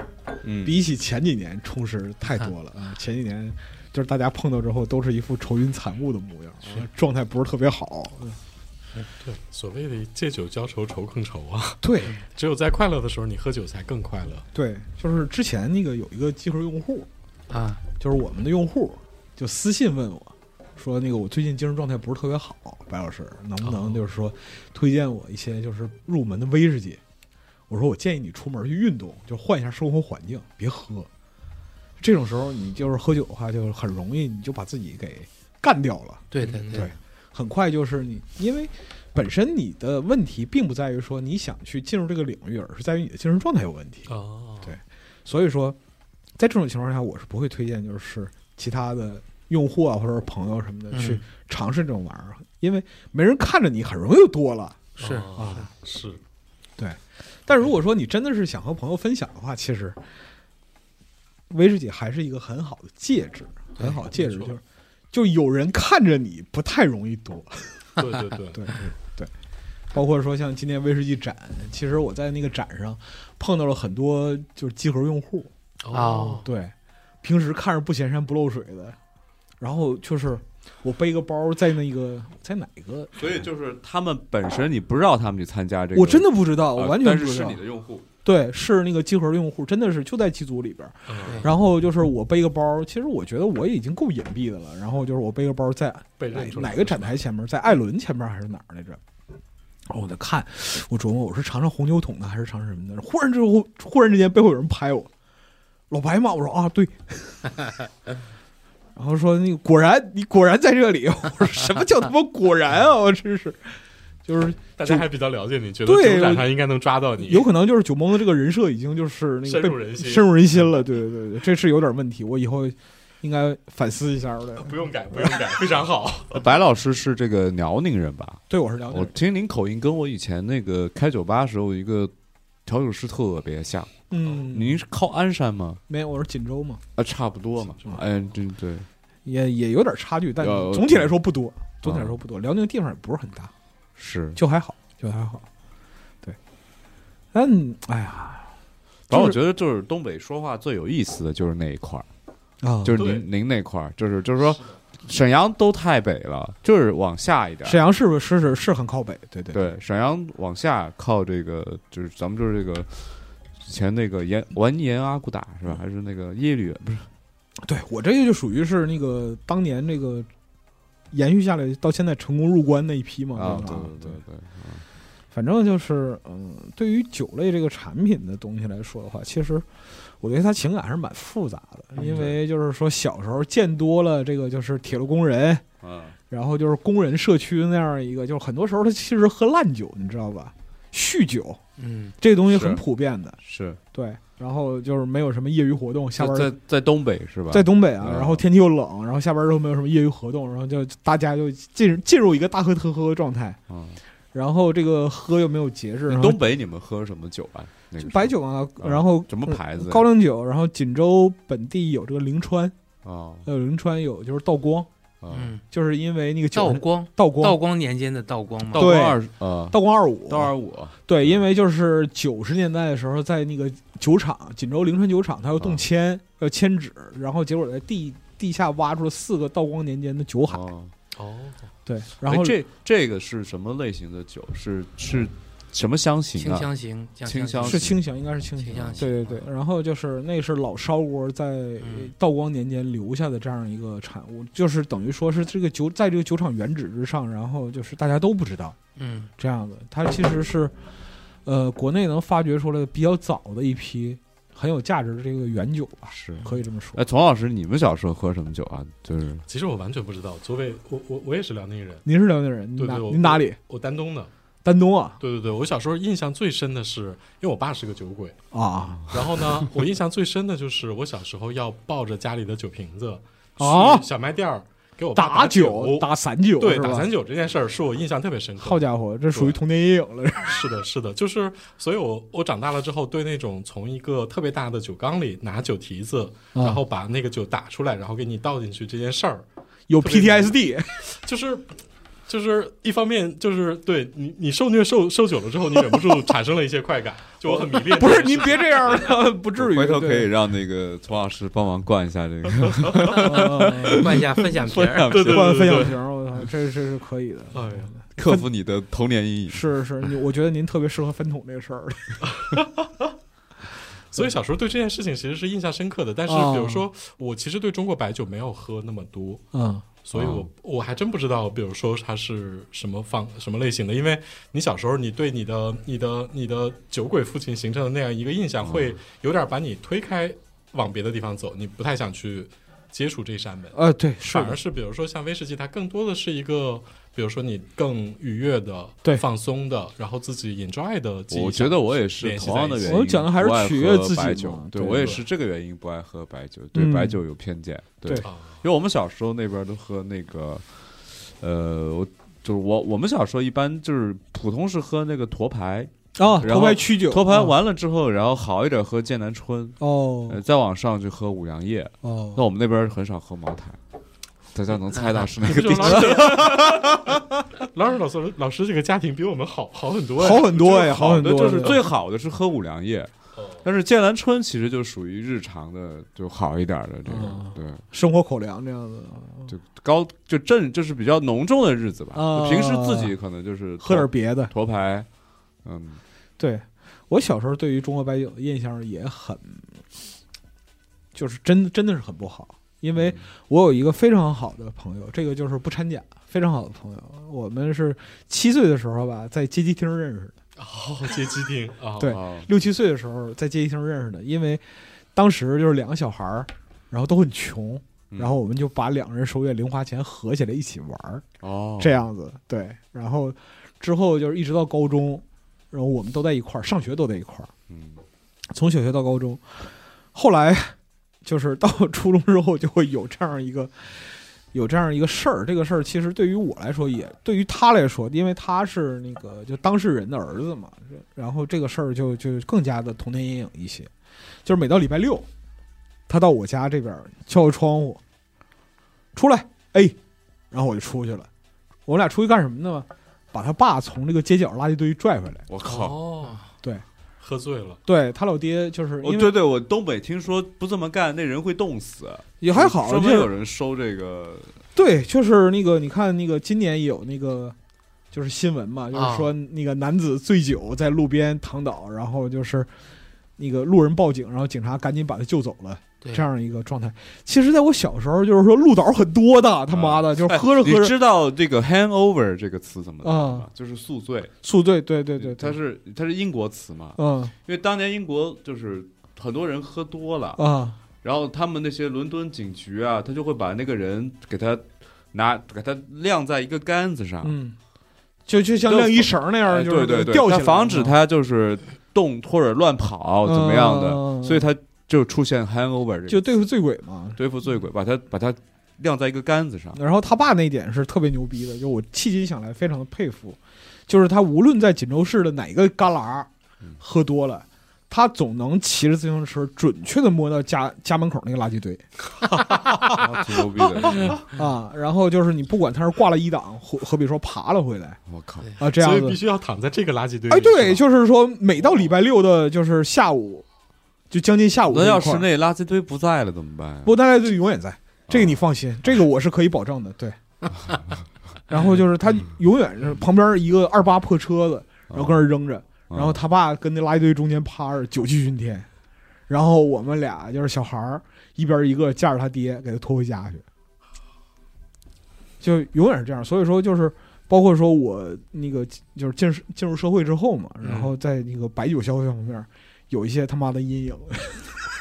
嗯
比起前几年充实太多了啊！前几年就是大家碰到之后都是一副愁云惨雾的模样，啊状态不是特别好。
对，所谓的借酒浇愁，愁更愁啊！
对
只有在快乐的时候，你喝酒才更快乐。
对，就是之前那个有一个技术用户，
啊，
就是我们的用户就私信问我，说那个我最近精神状态不是特别好，白老师能不能就是说推荐我一些就是入门的威士忌？我说我建议你出门去运动，就换一下生活环境，别喝。这种时候你就是喝酒的话，就是很容易你就把自己给干掉了。
对对
对，很快就是你，因为本身你的问题并不在于说你想去进入这个领域，而是在于你的精神状态有问题。
哦，
对所以说，在这种情况下，我是不会推荐就是其他的用户啊或者是朋友什么的
嗯
去尝试这种玩意儿，因为没人看着你，很容易就多了。
是
啊，是
但如果说你真的是想和朋友分享的话，其实威士忌还是一个很好的介质，很好的介质
没错
就是就有人看着你不太容易多。
对对对
对对，包括说像今年威士忌展，其实我在那个展上碰到了很多就是集合用户，
哦，
对，平时看着不显山不漏水的，然后就是我背个包在那个在哪个，
所以就是他们本身你不知道他们去参加这个，
我真的不知道，
呃
我完全
但
不
是
知
是
道
你。的用户，
对，是那个集合用户，真的是就在机组里边儿。
嗯
然后就是我背个包，其实我觉得我已经够隐蔽的了。然后就是我背个包在
被
哪
认出来
哪个展台前面，在艾伦前面还是哪儿来着？哦，我在看，我琢磨我是尝尝红酒桶的还是尝尝什么的。忽然之后，忽然之间背后有人拍我，老白嘛，我说啊对， 然后说那个果然你果然在这里，我说什么叫他妈果然啊，我真是，就是
大家还比较了解你，觉得
对
酒展
我
上应该能抓到你，
有可能就是酒蒙的这个人设已经就是那个
深
被
入人心，
深入人心了，对对对对，这是有点问题，我以后应该反思一下的。
不用改， 不用改，非常好。
呃白老师是这个辽宁人吧？
对，我是了
我
解，
听您口音跟我以前那个开酒吧时候一个调酒师特别像。
嗯，
您是靠鞍山吗？
没有，我是锦州嘛，
啊，差不多嘛。嗯，对对，
也也有点差距，但
呃
总体来说不多，总体来说不多。辽宁地方也不是很大，
是。
就还好，就还好。对，但哎呀，
反正我
就是
觉得就是东北说话最有意思的就是那一块儿，
啊，
就是
对
您您那块儿，就是就是说，沈阳都太北了，就是往下一点儿。
沈阳是不是是是很靠北？对对
对，沈阳往下靠这个，就是咱们就是这个以前那个盐完颜阿骨打是吧？还是那个耶律？不是，
对，我这个就属于是那个当年这个延续下来到现在成功入关那一批嘛。
啊，
对
对
吧
对对对，
反正就是，嗯，对于酒类这个产品的东西来说的话，其实我对它情感还是蛮复杂
嗯
的，因为就是说小时候见多了这个就是铁路工人，
嗯，
然后就是工人社区那样一个，就是很多时候他其实喝烂酒，你知道吧？酗酒
嗯，
这个东西很
是
普遍的，
是
对。然后就是没有什么业余活动，下
在
班
在在东北是吧？
在东北啊，
嗯
然后天气又冷，然后下班之后没有什么业余活动，然后就大家就进进入一个大喝特喝的状态，
嗯，
然后这个喝又没有节制，然后
东北你们喝什么酒啊？那个时候
白酒啊，
啊
然后
什么牌子呀？
高粱酒，然后锦州本地有这个灵川，
啊
呃，灵川有就是道光，
啊，
嗯，
就是因为那个酒
道光，
道光
道光年间的道光嘛
道，
对
光二啊，
道光二五
道二五
对，因为就是九十年代的时候，在那个酒厂，锦州灵川酒厂，它要动迁，要迁址，然后结果在地地下挖出了四个道光年间的酒海，
啊，
哦，
对，然后
哎这这个是什么类型的酒？是是什么香型
清
啊？
香型，酱
清香
是清醒，应该是清
清
醒
香，
对对对。然后就是那是老烧锅在
嗯
道光年间留下的这样一个产物，就是等于说是这个酒在这个酒厂原址之上，然后就是大家都不知道。
嗯
这样的，它其实是，呃，国内能发掘出来的比较早的一批很有价值的这个原酒吧，
是。
可以这么说。
哎，丛老师，你们小时候喝什么酒啊？就是
其实我完全不知道，作为我我我也是辽宁人，
您是辽宁人，您
对
哪
对，我
您哪里？？
我丹东的。
丹东啊
对对对，我小时候印象最深的是，因为我爸是个酒鬼，
啊
然后呢，我印象最深的就是我小时候要抱着家里的酒瓶子
啊
去小卖店儿给我爸
打
酒
酒、打散酒，
对
是吧
打散酒这件事儿是我印象特别深刻。
好家伙，这属于
对
童年阴影了。
是的，是的，就是，所以我我长大了之后，对那种从一个特别大的酒缸里拿酒蹄子，
啊
然后把那个酒打出来，然后给你倒进去这件事儿，
有
特别
PTSD，
就是。就是一方面，就是对你，你受虐受受久了之后，你忍不住产生了一些快感，就我很迷恋。
不是您别这样了， 不至于。
回头可以
对，
让那个丛老师帮忙灌一下 这个。
嗯
灌一下分享瓶儿，
对对
换
对
分
对
享
对，
瓶儿，我操，这这是可以的。
哎呀，
克服你的童年阴影。
是是，你我觉得您特别适合翻桶这个事儿。
所以小时候对这件事情其实是印象深刻的。但是
嗯哦
比如说，我其实对中国白酒没有喝那么多，
嗯，
所以我、我还真不知道，比如说它是什么方什么类型的，因为你小时候你对你的你的你的酒鬼父亲形成的那样一个印
哦
象，会有点把你推开往别的地方走，你不太想去接触这扇门。
呃，对，是
反而
的，
是比如说像威士忌，它更多的是一个，比如说你更愉悦的、
对
放松的，然后自己 enjoy 的记忆。
我觉得我也是
联系
同样
在
的
一起
原因，
我讲的还是
不爱
取悦
喝
自己
白
嘛
酒
对
对我也
对
是这个原因不爱喝白酒，对
嗯
白酒有偏见。对，
对
因
啊，
为我们小时候那边都喝那个，呃，我就是我我们小时候一般就是普通是喝那个沱牌，
啊，
然
头
后
牌曲酒，
沱牌
啊
完了之后，然后好一点喝剑南春，呃，
哦
再往上就喝五粮液。
呃
那
哦，
我们那边很少喝茅台，大家能猜到是哪
你
个
不
地
嗯
觉得
区？
老师 老师老师老师这个家庭比我们好好很多呀、
好 很多 哎，
最
好很
的
多，
就是
对
最好的是喝五粮液，但是剑兰春其实就属于日常的，就好一点的这
嗯
个，对，
生活口粮这样子，
就高就正就是比较浓重的日子吧。
啊
就平时自己可能就是
喝点别的。
沱牌，嗯，
对我小时候对于中国白酒的印象也很，就是真真的是很不好，因
嗯
为我有一个非常好的朋友，这个就是不掺假，非常好的朋友，我们是七岁的时候吧，在街机厅认识的。
好接机厅啊，
对
哦
六七岁的时候在街机厅认识的，因为当时就是两个小孩儿，然后都很穷，
嗯
然后我们就把两人手里的零花钱合起来一起玩儿，
哦，
这样子对。然后之后就是一直到高中，然后我们都在一块儿上学，都在一块儿，
嗯，
从小学到高中。后来就是到初中之后，就会有这样一个。有这样一个事儿，这个事儿其实对于我来说也，对于他来说，因为他是那个就当事人的儿子嘛，然后这个事儿就就更加的童年阴影一些。就是每到礼拜六，他到我家这边儿敲窗户，出来，哎，然后我就出去了。我们俩出去干什么呢？把他爸从这个街角垃圾堆拽回来。
我靠，
哦，
对，
喝醉了，
对他老爹就是
哦
因为
对对，我东北听说不这么干，那人会冻死，
也还好，
专
就
门有
是
人收这个，
对，就是那个你看那个今年也有那个。就是新闻嘛，就
啊
是说那个男子醉酒在路边躺倒，然后就是那个路人报警，然后警察赶紧把他救走了，
对
这样一个状态。其实，在我小时候，就是说路倒很多的，
啊
他妈的，就是
哎
喝着喝
你
着
知道这个 hangover 这个词怎么来的
啊
吗？就是宿醉，
宿醉，对对对，对
它嗯是它是英国词嘛，
嗯
因为当年英国就是很多人喝多了，
啊
然后他们那些伦敦警局啊，他就会把那个人给他拿给他晾在一个杆子上，
嗯，就就像
就
晾衣绳那样，
哎
就是
对对对，
吊起
他
来，啊
防止他就是动或者乱跑怎么样的，
嗯
所以他就出现 hangover 这个
就嗯对付醉鬼嘛。
对付醉鬼，把他把他晾在一个杆子上，
然后他爸那一点是特别牛逼的，就我迄今想来非常的佩服，就是他无论在锦州市的哪个旮旯儿
嗯
喝多了。他总能骑着自行车准确的摸到家家门口那个垃圾堆
啊挺牛逼的，
嗯
啊，然后就是你不管他是挂了一档，或何必说爬了回来
我靠，
啊，这
所
样
以必
子。
须要躺在这个垃圾堆里。
哎，对，
是吧
就是说每到礼拜六的，就是下午，就将近下午
那
这一
要
块儿
是那垃圾堆不在了怎么办呀？啊
不，大家就永远在，这
啊
个你放心，这个我是可以保证的， 对。然后就是他永远是旁边一个二八破车子，然后跟那儿扔着，
啊
然后他爸跟那垃圾堆中间趴着，酒气熏天。然后我们俩就是小孩儿，一边一个架着他爹给他拖回家去，就永远是这样。所以说就是。包括说我那个就是进
嗯
进入社会之后嘛，然后在那个白酒消费方面有一些他妈的阴影，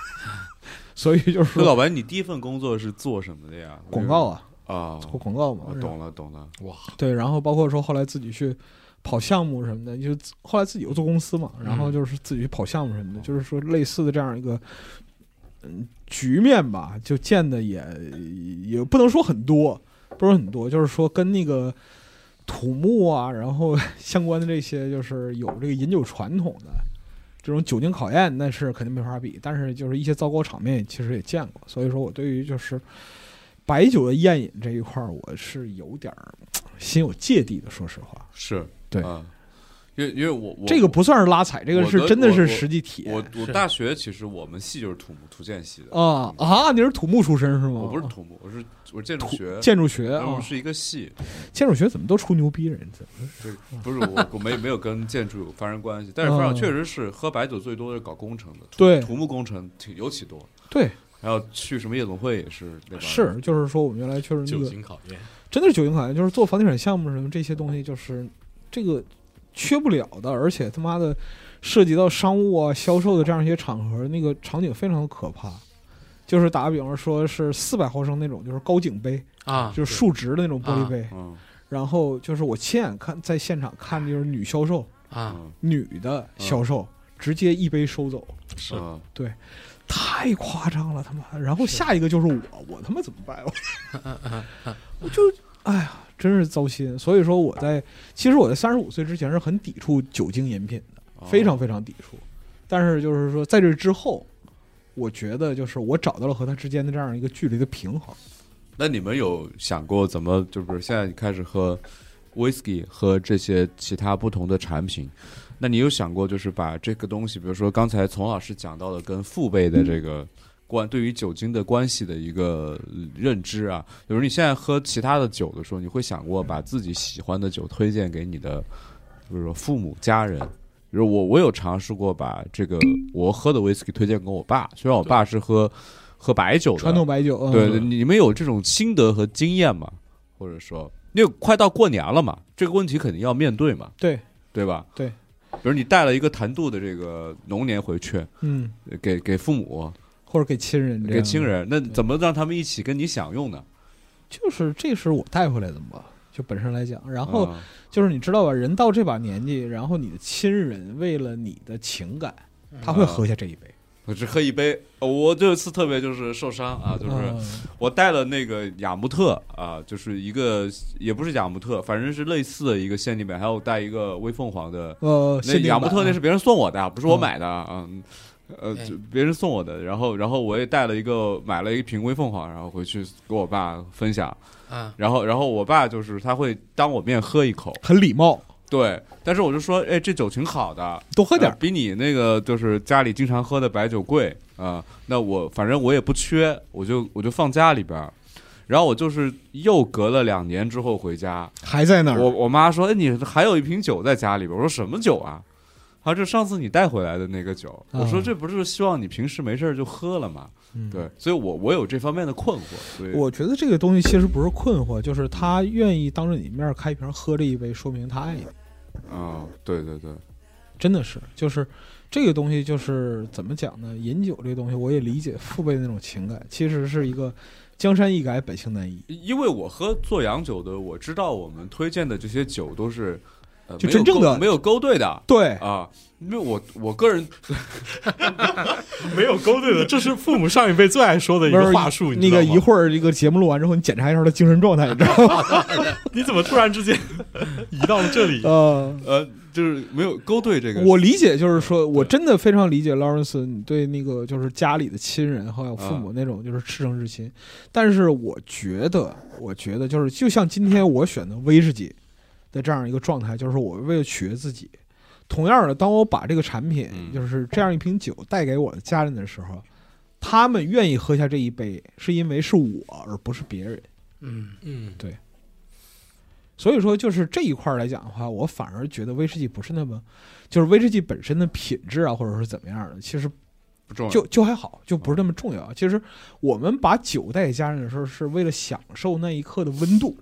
所以就是
所以老白，你第一份工作是做什么的呀？
广告啊，
啊，
做广告嘛
我，懂了懂了，
哇，
对，然后包括说后来自己去跑项目什么的，就自后来自己又做公司
嗯
嘛，然后就是自己去跑项目什
哦
么的，就是说类似的这样一个嗯局面吧，就见的也也不能说很多，不是很多，就是说跟那个土木啊，然后 相关的这些就是有这个饮酒传统的。这种酒精考验那是肯定没法比，但是就是一些糟糕场面其实也见过，所以说我对于就是白酒的宴饮这一块儿，我是有点儿心有芥蒂的。说实话，
是
对
啊，因为因为我我
这个不算是拉踩，这个
我
是
的
真的
我
是
我
实际体验
我我
是
大学其实我们系就是土木土建系的
啊，啊！你是土木出身是吗？
我不是土木，我是我是建筑
哦土
学，
建筑学
但
啊
我们，是一个 系，
建筑学怎么都出牛逼人家？
对，不是我我没没有跟建筑有发生关系，但是
嗯
发现确实是喝白酒最多的是搞工程的，土
对
土木工程挺尤其多，
对，
还有去什么夜总会也是对吧？
是就是说我们原来确实那
酒
个
精考 验，
真的是酒精考验，就是做房地产项目什么这些东西，就是这个缺不了的，而且他妈的涉及到商务啊、销售的这样一些场合，那个场景非常的可怕。就是打个比方说，是四百毫升那种，就是高井杯，
啊，
哦就是竖直的那种玻璃杯。
嗯
然后就是我亲眼看在现场看，就是女销售，
啊，
嗯
女的
啊
销售、直接一杯收走，
是
嗯，
太夸张了，他妈！然后下一个就是我，我他妈怎么办？我 我就哎呀，真是糟心。所以说我在其实我在三十五岁之前是很抵触酒精饮品的，
哦
非常非常抵触。但是就是说在这之后，我觉得就是我找到了和它之间的这样一个距离的平衡。
那你们有想过怎么，就是现在你开始喝 whisky 和这些其他不同的产品？那你有想过，就是把这个东西，比如说刚才丛老师讲到的跟父辈的这个关对于酒精的关系的一个认知啊，比如你现在喝其他的酒的时候，你会想过把自己喜欢的酒推荐给你的，比如说父母、家人。比如我，我有尝试过把这个我喝的 whisky 推荐给我爸，虽然我爸是喝喝白酒的，
传统白酒，嗯、
对，你们有这种心得和经验吗？或者说，因为快到过年了嘛，这个问题肯定要面对嘛，
对，
对吧？
对
比如你带了一个坛度的这个龙年回去，
嗯，
呃给给父母、
或者给亲人这样，
给亲人，那怎么让他们一起跟你享用呢？
就是这是我带回来的嘛。就本身来讲，然后
嗯
就是你知道吧，人到这把年纪，然后你的亲人为了你的情感，他会喝下这一杯。
我只喝一杯，呃我这次特别就是受伤啊，就是
嗯
我带了那个雅穆特啊，就是一个也不是雅穆特，反正是类似的一个限定版，还有带一个微凤凰的
呃，
那
限定
雅
版
穆特那
啊
是别人送我的，不是我
嗯
买的啊。嗯呃，
哎
就别人送我的，然后，然后我也带了一个，买了一瓶微凤凰，然后回去给我爸分享。
啊，
然后，然后我爸就是他会当我面喝一口，
很礼貌，
对。但是我就说，哎，这酒挺好的，
多喝点
呃
儿。
比你那个就是家里经常喝的白酒贵啊、那我反正我也不缺，我就我就放家里边儿。然后我就是又隔了两年之后回家，
还在那
我
儿，
我妈说：“哎，你还有一瓶酒在家里边。”我说：“什么酒啊？”她说：“这上次你带回来的那个酒。”我说：“
啊
这不是希望你平时没事儿就喝了吗？”
嗯
对，所以我我有这方面的困惑。所以
我觉得这个东西其实不是困惑，就是他愿意当着你面儿开瓶喝这一杯，说明他爱你。
啊、对对对，
真的是，就是这个东西，就是怎么讲呢？饮酒这个东西，我也理解父辈的那种情感，其实是一个江山易改，本性难移。
因为我喝做洋酒的，我知道我们推荐的这些酒都是呃
就
没有
真正
勾
的
没有勾兑的
对，
啊，因为我我个人
没有勾兑的，这是父母上一辈最爱说的一
不
个
是
话术。
那
你知道
个
吗
一会儿这个节目录完之后，你检查一下他的精神状态，你知道吗？
你怎么突然之间 移到了 这里？
呃，
呃就是没有勾兑这个
我理解就是说，我真的非常理解 Lawrence 你对那个就是家里的亲人还有
啊
父母那种就是赤诚之心，但是我觉得，我觉得就是就像今天我选择威士忌的这样一个状态，就是我为了取悦自己。同样的，当我把这个产品
嗯
就是这样一瓶酒带给我的家人的时候，他们愿意喝下这一杯，是因为是我而不是别人。
嗯，
嗯，
所以说，就是这一块儿来讲的话，我反而觉得威士忌不是那么，就是威士忌本身的品质啊，或者是怎么样的，其实
不重要，
就就还好，就不是那么重
嗯
要。其实我们把酒带给家人的时候，是为了享受那一刻的温度。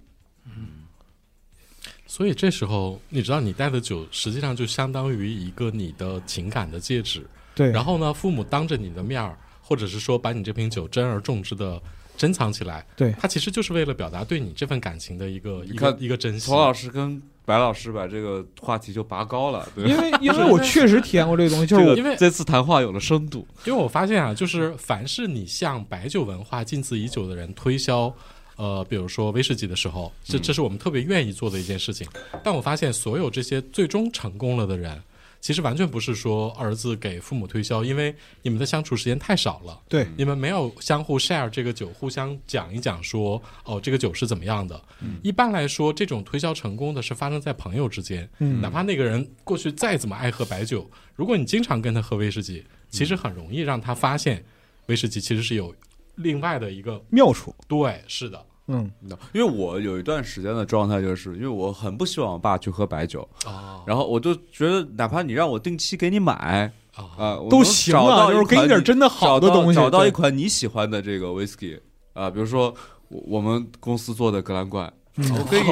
所以这时候你知道，你带的酒实际上就相当于一个你的情感的戒指。
对，
然后呢，父母当着你的面儿或者是说把你这瓶酒珍而重之的珍藏起来。
对
它其实就是为了表达对你这份感情的一个一个
看
一个珍惜
曹。老师跟白老师把这个话题就拔高了，对吧
因为因为我确实体验过这个 东西，就是
这
我
个
因为
这次谈话有了深度，
因为我发现啊，就是凡是你向白酒文化近似已久的人推销，呃，比如说威士忌的时候，这
嗯
这是我们特别愿意做的一件事情。但我发现，所有这些最终成功了的人，其实完全不是说儿子给父母推销，因为你们的相处时间太少了。
对
你们没有相互 share 这个酒，互相讲一讲说，哦，这个酒是怎么样的。
嗯
一般来说，这种推销成功的是发生在朋友之间，
嗯
哪怕那个人过去再怎么爱喝白酒，如果你经常跟他喝威士忌，其实很容易让他发现，威士忌其实是有另外的一个
妙处，
对，是的
嗯，
你知道因为我有一段时间的状态，就是因为我很不希望我爸去喝白酒，
哦
然后我就觉得，哪怕你让我定期给你买，
啊
啊，我
都
能
行
找
啊，
到
就是
一
给你
款
点真的好的
找到
东西，
找到一
对
款你喜欢的这个 whisky 啊，比如说我我们公司做的格兰冠，
嗯
我 跟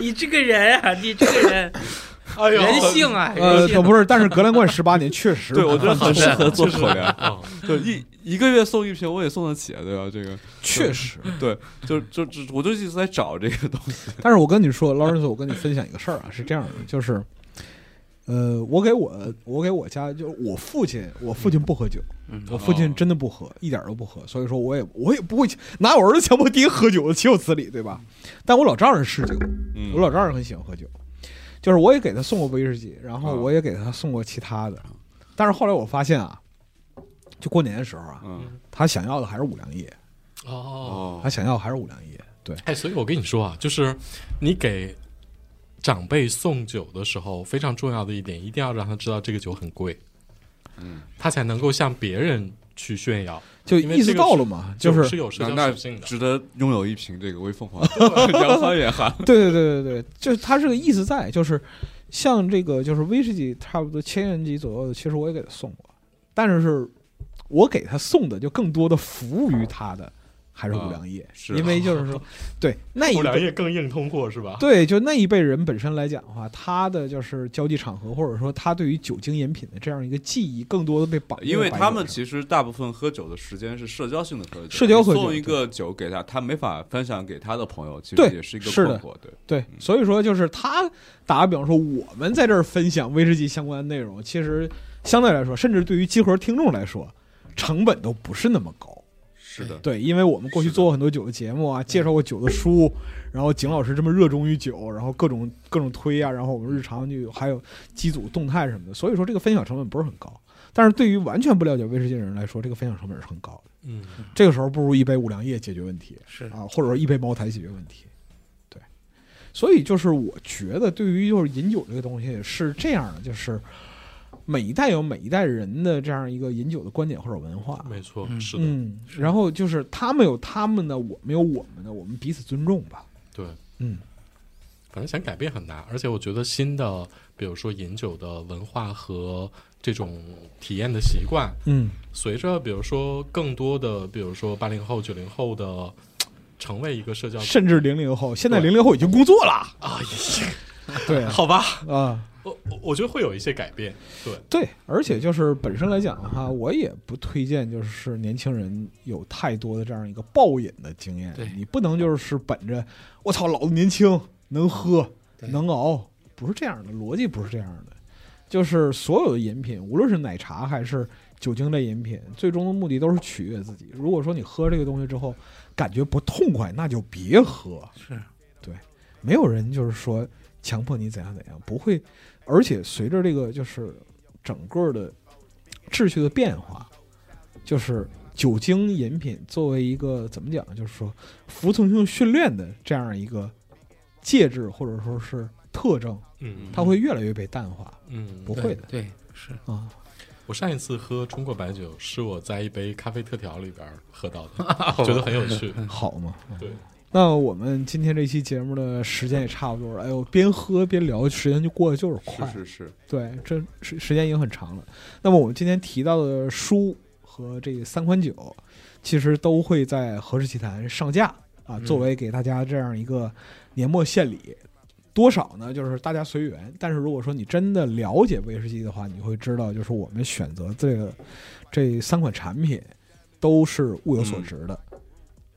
你
你这个人啊，你这个 人
哎呦
人性啊，
呃
人，性
都不是，但是格兰冠十八年确实，
对我觉得很适合做口粮，
哦
对一一个月送一瓶，我也送得起，啊对吧？这个
确实。
对，就就就我就一直在找这个东西，
但是我跟你说，劳伦斯，我跟你分享一个事儿啊，是这样的，就是，呃，我给我我给我家，就是我父亲，我父亲不喝酒，
嗯
我父亲真的不喝，一点儿都不喝，所以说我也我也不会拿我儿子强迫爹喝酒，岂有此理，对吧？但我老丈人是酒，
嗯，
我老丈人很喜欢喝酒，就是我也给他送过威士忌，然后
啊
我也给他送过其他的，但是后来我发现啊，就过年的时候啊，
嗯
他想要的还是五粮液，
哦，
哦
他，想要的还是五粮液，对，
哎，所以我跟你说啊，就是你给长辈送酒的时候，非常重要的一点，一定要让他知道这个酒很贵，
嗯，
他才能够向别人去炫耀，
就
因为
意识
这个
到了嘛，就是是
是有社
那
交
那
属性的。
值得拥有一瓶这个微凤凰， 扬帆远航，
对对对对对，就是他这个意思在，就是像这个就是威士忌，差不多千元级左右的，其实我也给他送过，但是是我给他送的就更多的服务于他的还是五粮液，
啊是
因为就是 说，对那一
不良
辈
业更硬通货是吧？
对就那一辈人本身来讲的话，他的就是交际场合或者说他对于酒精饮品的这样一个记忆，更多的被绑定在
因
白酒上，
为他们其实大部分喝酒的时间是社交性的喝酒，
社交喝酒
你送一个酒给他，他没法分享给他的朋友，其实
对
也是一个
是
困
的
惑。对，
对，所以说就是他打个比方说，我们在这儿分享威士忌相关的内容，其实相对来说，甚至对于集合听众来说，成本都不是那么高。
是的，
对，因为我们过去做过很多酒的节目啊，介绍过酒的书，然后景老师这么热衷于酒，然后各种各种推啊，然后我们日常就还有机组动态什么的，所以说这个分享成本不是很高。但是对于完全不了解威士忌的人来说，这个分享成本是很高的。
嗯，
这个时候不如一杯五粮液解决问题。
是
啊，或者说一杯茅台解决问题。对，所以就是我觉得，对于就是饮酒这个东西是这样的，就是每一代有每一代人的这样一个饮酒的观点或者文化。
没错，
嗯
是的，
嗯，然后就是他们有他们的，我们有我们的，我们彼此尊重吧。
对，
嗯，
反正想改变很难，而且我觉得新的，比如说饮酒的文化和这种体验的习惯，
嗯，
随着比如说更多的，比如说八零后、九零后的成为一个社交，
甚至零零后，现在
对
零零后已经工作了。
啊，
对啊
好吧，
啊，
我我我觉得会有一些改变，对，
对，而且就是本身来讲的话，我也不推荐就是年轻人有太多的这样一个暴饮的经验
对。
你不能就是本着我操老子年轻能喝
对
能熬，不是这样的逻辑，不是这样的。就是所有的饮品，无论是奶茶还是酒精类饮品，最终的目的都是取悦自己。如果说你喝这个东西之后感觉不痛快，那就别喝。
是，
没有人就是说强迫你怎样怎样，不会。而且随着这个就是整个的秩序的变化，就是酒精饮品作为一个怎么讲，就是说服从性训练的这样一个介质或者说是特征，
嗯，
它会越来越被淡化。
嗯，
不会的
对，是
啊，
我上一次喝中国白酒是我在一杯咖啡特调里边儿喝到 的，觉得很有 趣，
好嘛。啊
对。
那我们今天这期节目的时间也差不多了，哎呦，边喝边聊，时间就过得就是快。
是是是，
对，这时时间已经很长了。那么我们今天提到的书和这三款酒，其实都会在《何氏奇谈》上架啊，
嗯
作为给大家这样一个年末献礼。多少呢？就是大家随缘。但是如果说你真的了解威士忌的话，你会知道，就是我们选择这个这三款产品都是物有所值的、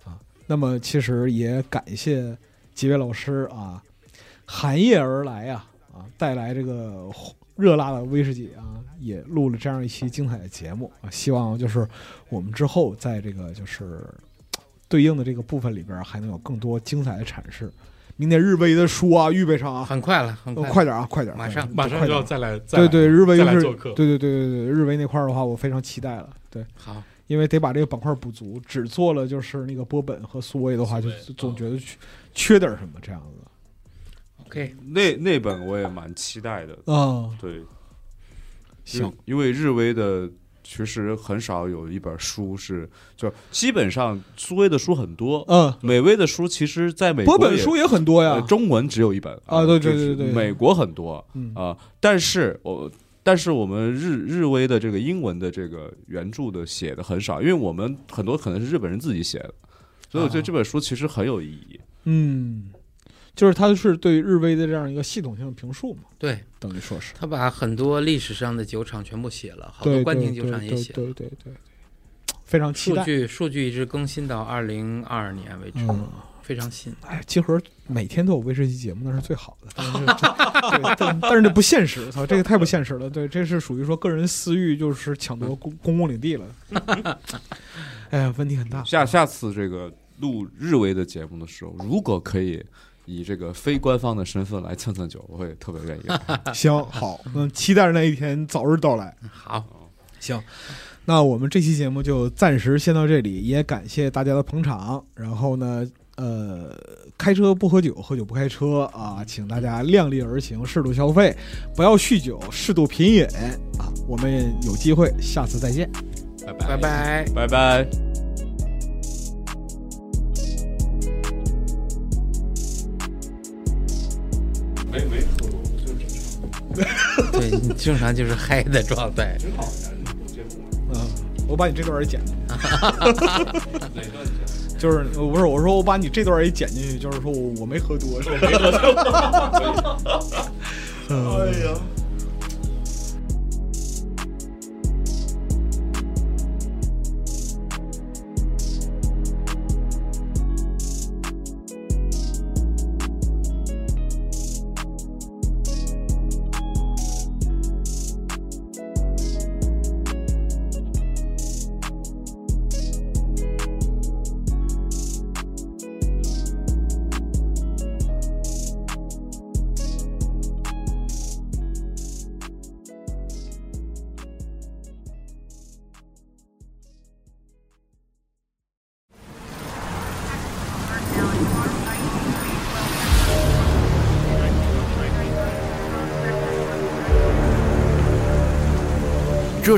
啊。那么其实也感谢几位老师啊，寒夜而来啊啊，带来这个热辣的威士忌啊，也录了这样一期精彩的节目啊。希望就是我们之后在这个就是对应的这个部分里边，还能有更多精彩的阐释。明天日杯的书啊，预备上啊，
很快了，很
呃快
快了，
点啊，快点，
马上
快点
马上就要
快点
再来，再
对
来
对，日维
再
就
来
是
做客
对对对对对，日维那块儿的话，我非常期待了。对，
好，
因为得把这个板块补足，只做了就是那个波本和苏威的话，就就总觉得缺缺点什么这样子。
，OK，
那那本我也蛮期待的，
啊，
对，
行，，
因为日威的其实很少有一本书是，就基本上苏威的书很多，
嗯，
美威的书其实在美国
波本书
也、
也很多呀
呃，中文只有一本
啊对对
就
对
是
对对
美国很多
嗯
啊、但是我。但是我们日日威的这个英文的这个原著的写的很少，因为我们很多可能是日本人自己写的，所以我觉得这本书其实很有意义。
嗯，就是它是对日威的这样一个系统性的评述嘛，
对
等于说是
他把很多历史上的酒厂全部写了，好多
对
关
对
停酒
对
厂也
对
写
对对对对，非常期
数
待。
据数据一直更新到二零二二年为止，
嗯，
非常新。
哎，集合每天都有威士忌节目，那是最 好的。但是对，但但是这不现实，操，这个太不现实了。对，这是属于说个人私欲，就是抢夺公公共领地 了。哎呀，问题很大。
下下次这个录日维的节目的时候，如果可以以这个非官方的身份来蹭蹭酒，我会特别愿意来。
行，好，嗯，期待着那一天早日到来。
好，
行，那我们这期节目就暂时先到这里，也感谢大家的捧场。然后呢，呃，开车不喝酒，喝酒不开车啊，请大家量力而行，适度消费，不要酗酒，适度品饮啊。我们有机会下次再见。
拜
拜
拜
拜。
拜拜。
对你正常就是嗨的状态。
嗯，我把你这段儿也剪了。 就是呃不是我说我把你这段儿也剪进去，就是说我我没喝多，是吧？没喝多。哎呀。
这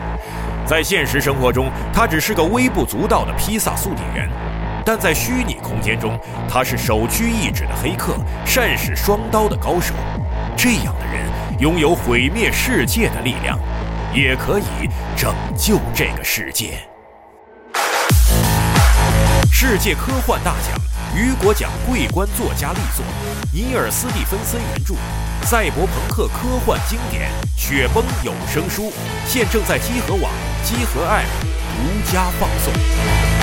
在现实生活中，它只是个微不足道的披萨速递员；但在虚拟空间中，他是首屈一指的黑客，善使双刀的高手。这样的人拥有毁灭世界的力量，也可以拯救这个世界。世界科幻大奖雨果奖桂冠作家力作，尼尔·斯蒂芬森原著，赛博朋克科幻经典《雪崩》有声书，现正在积禾网、积禾 App 独家放送。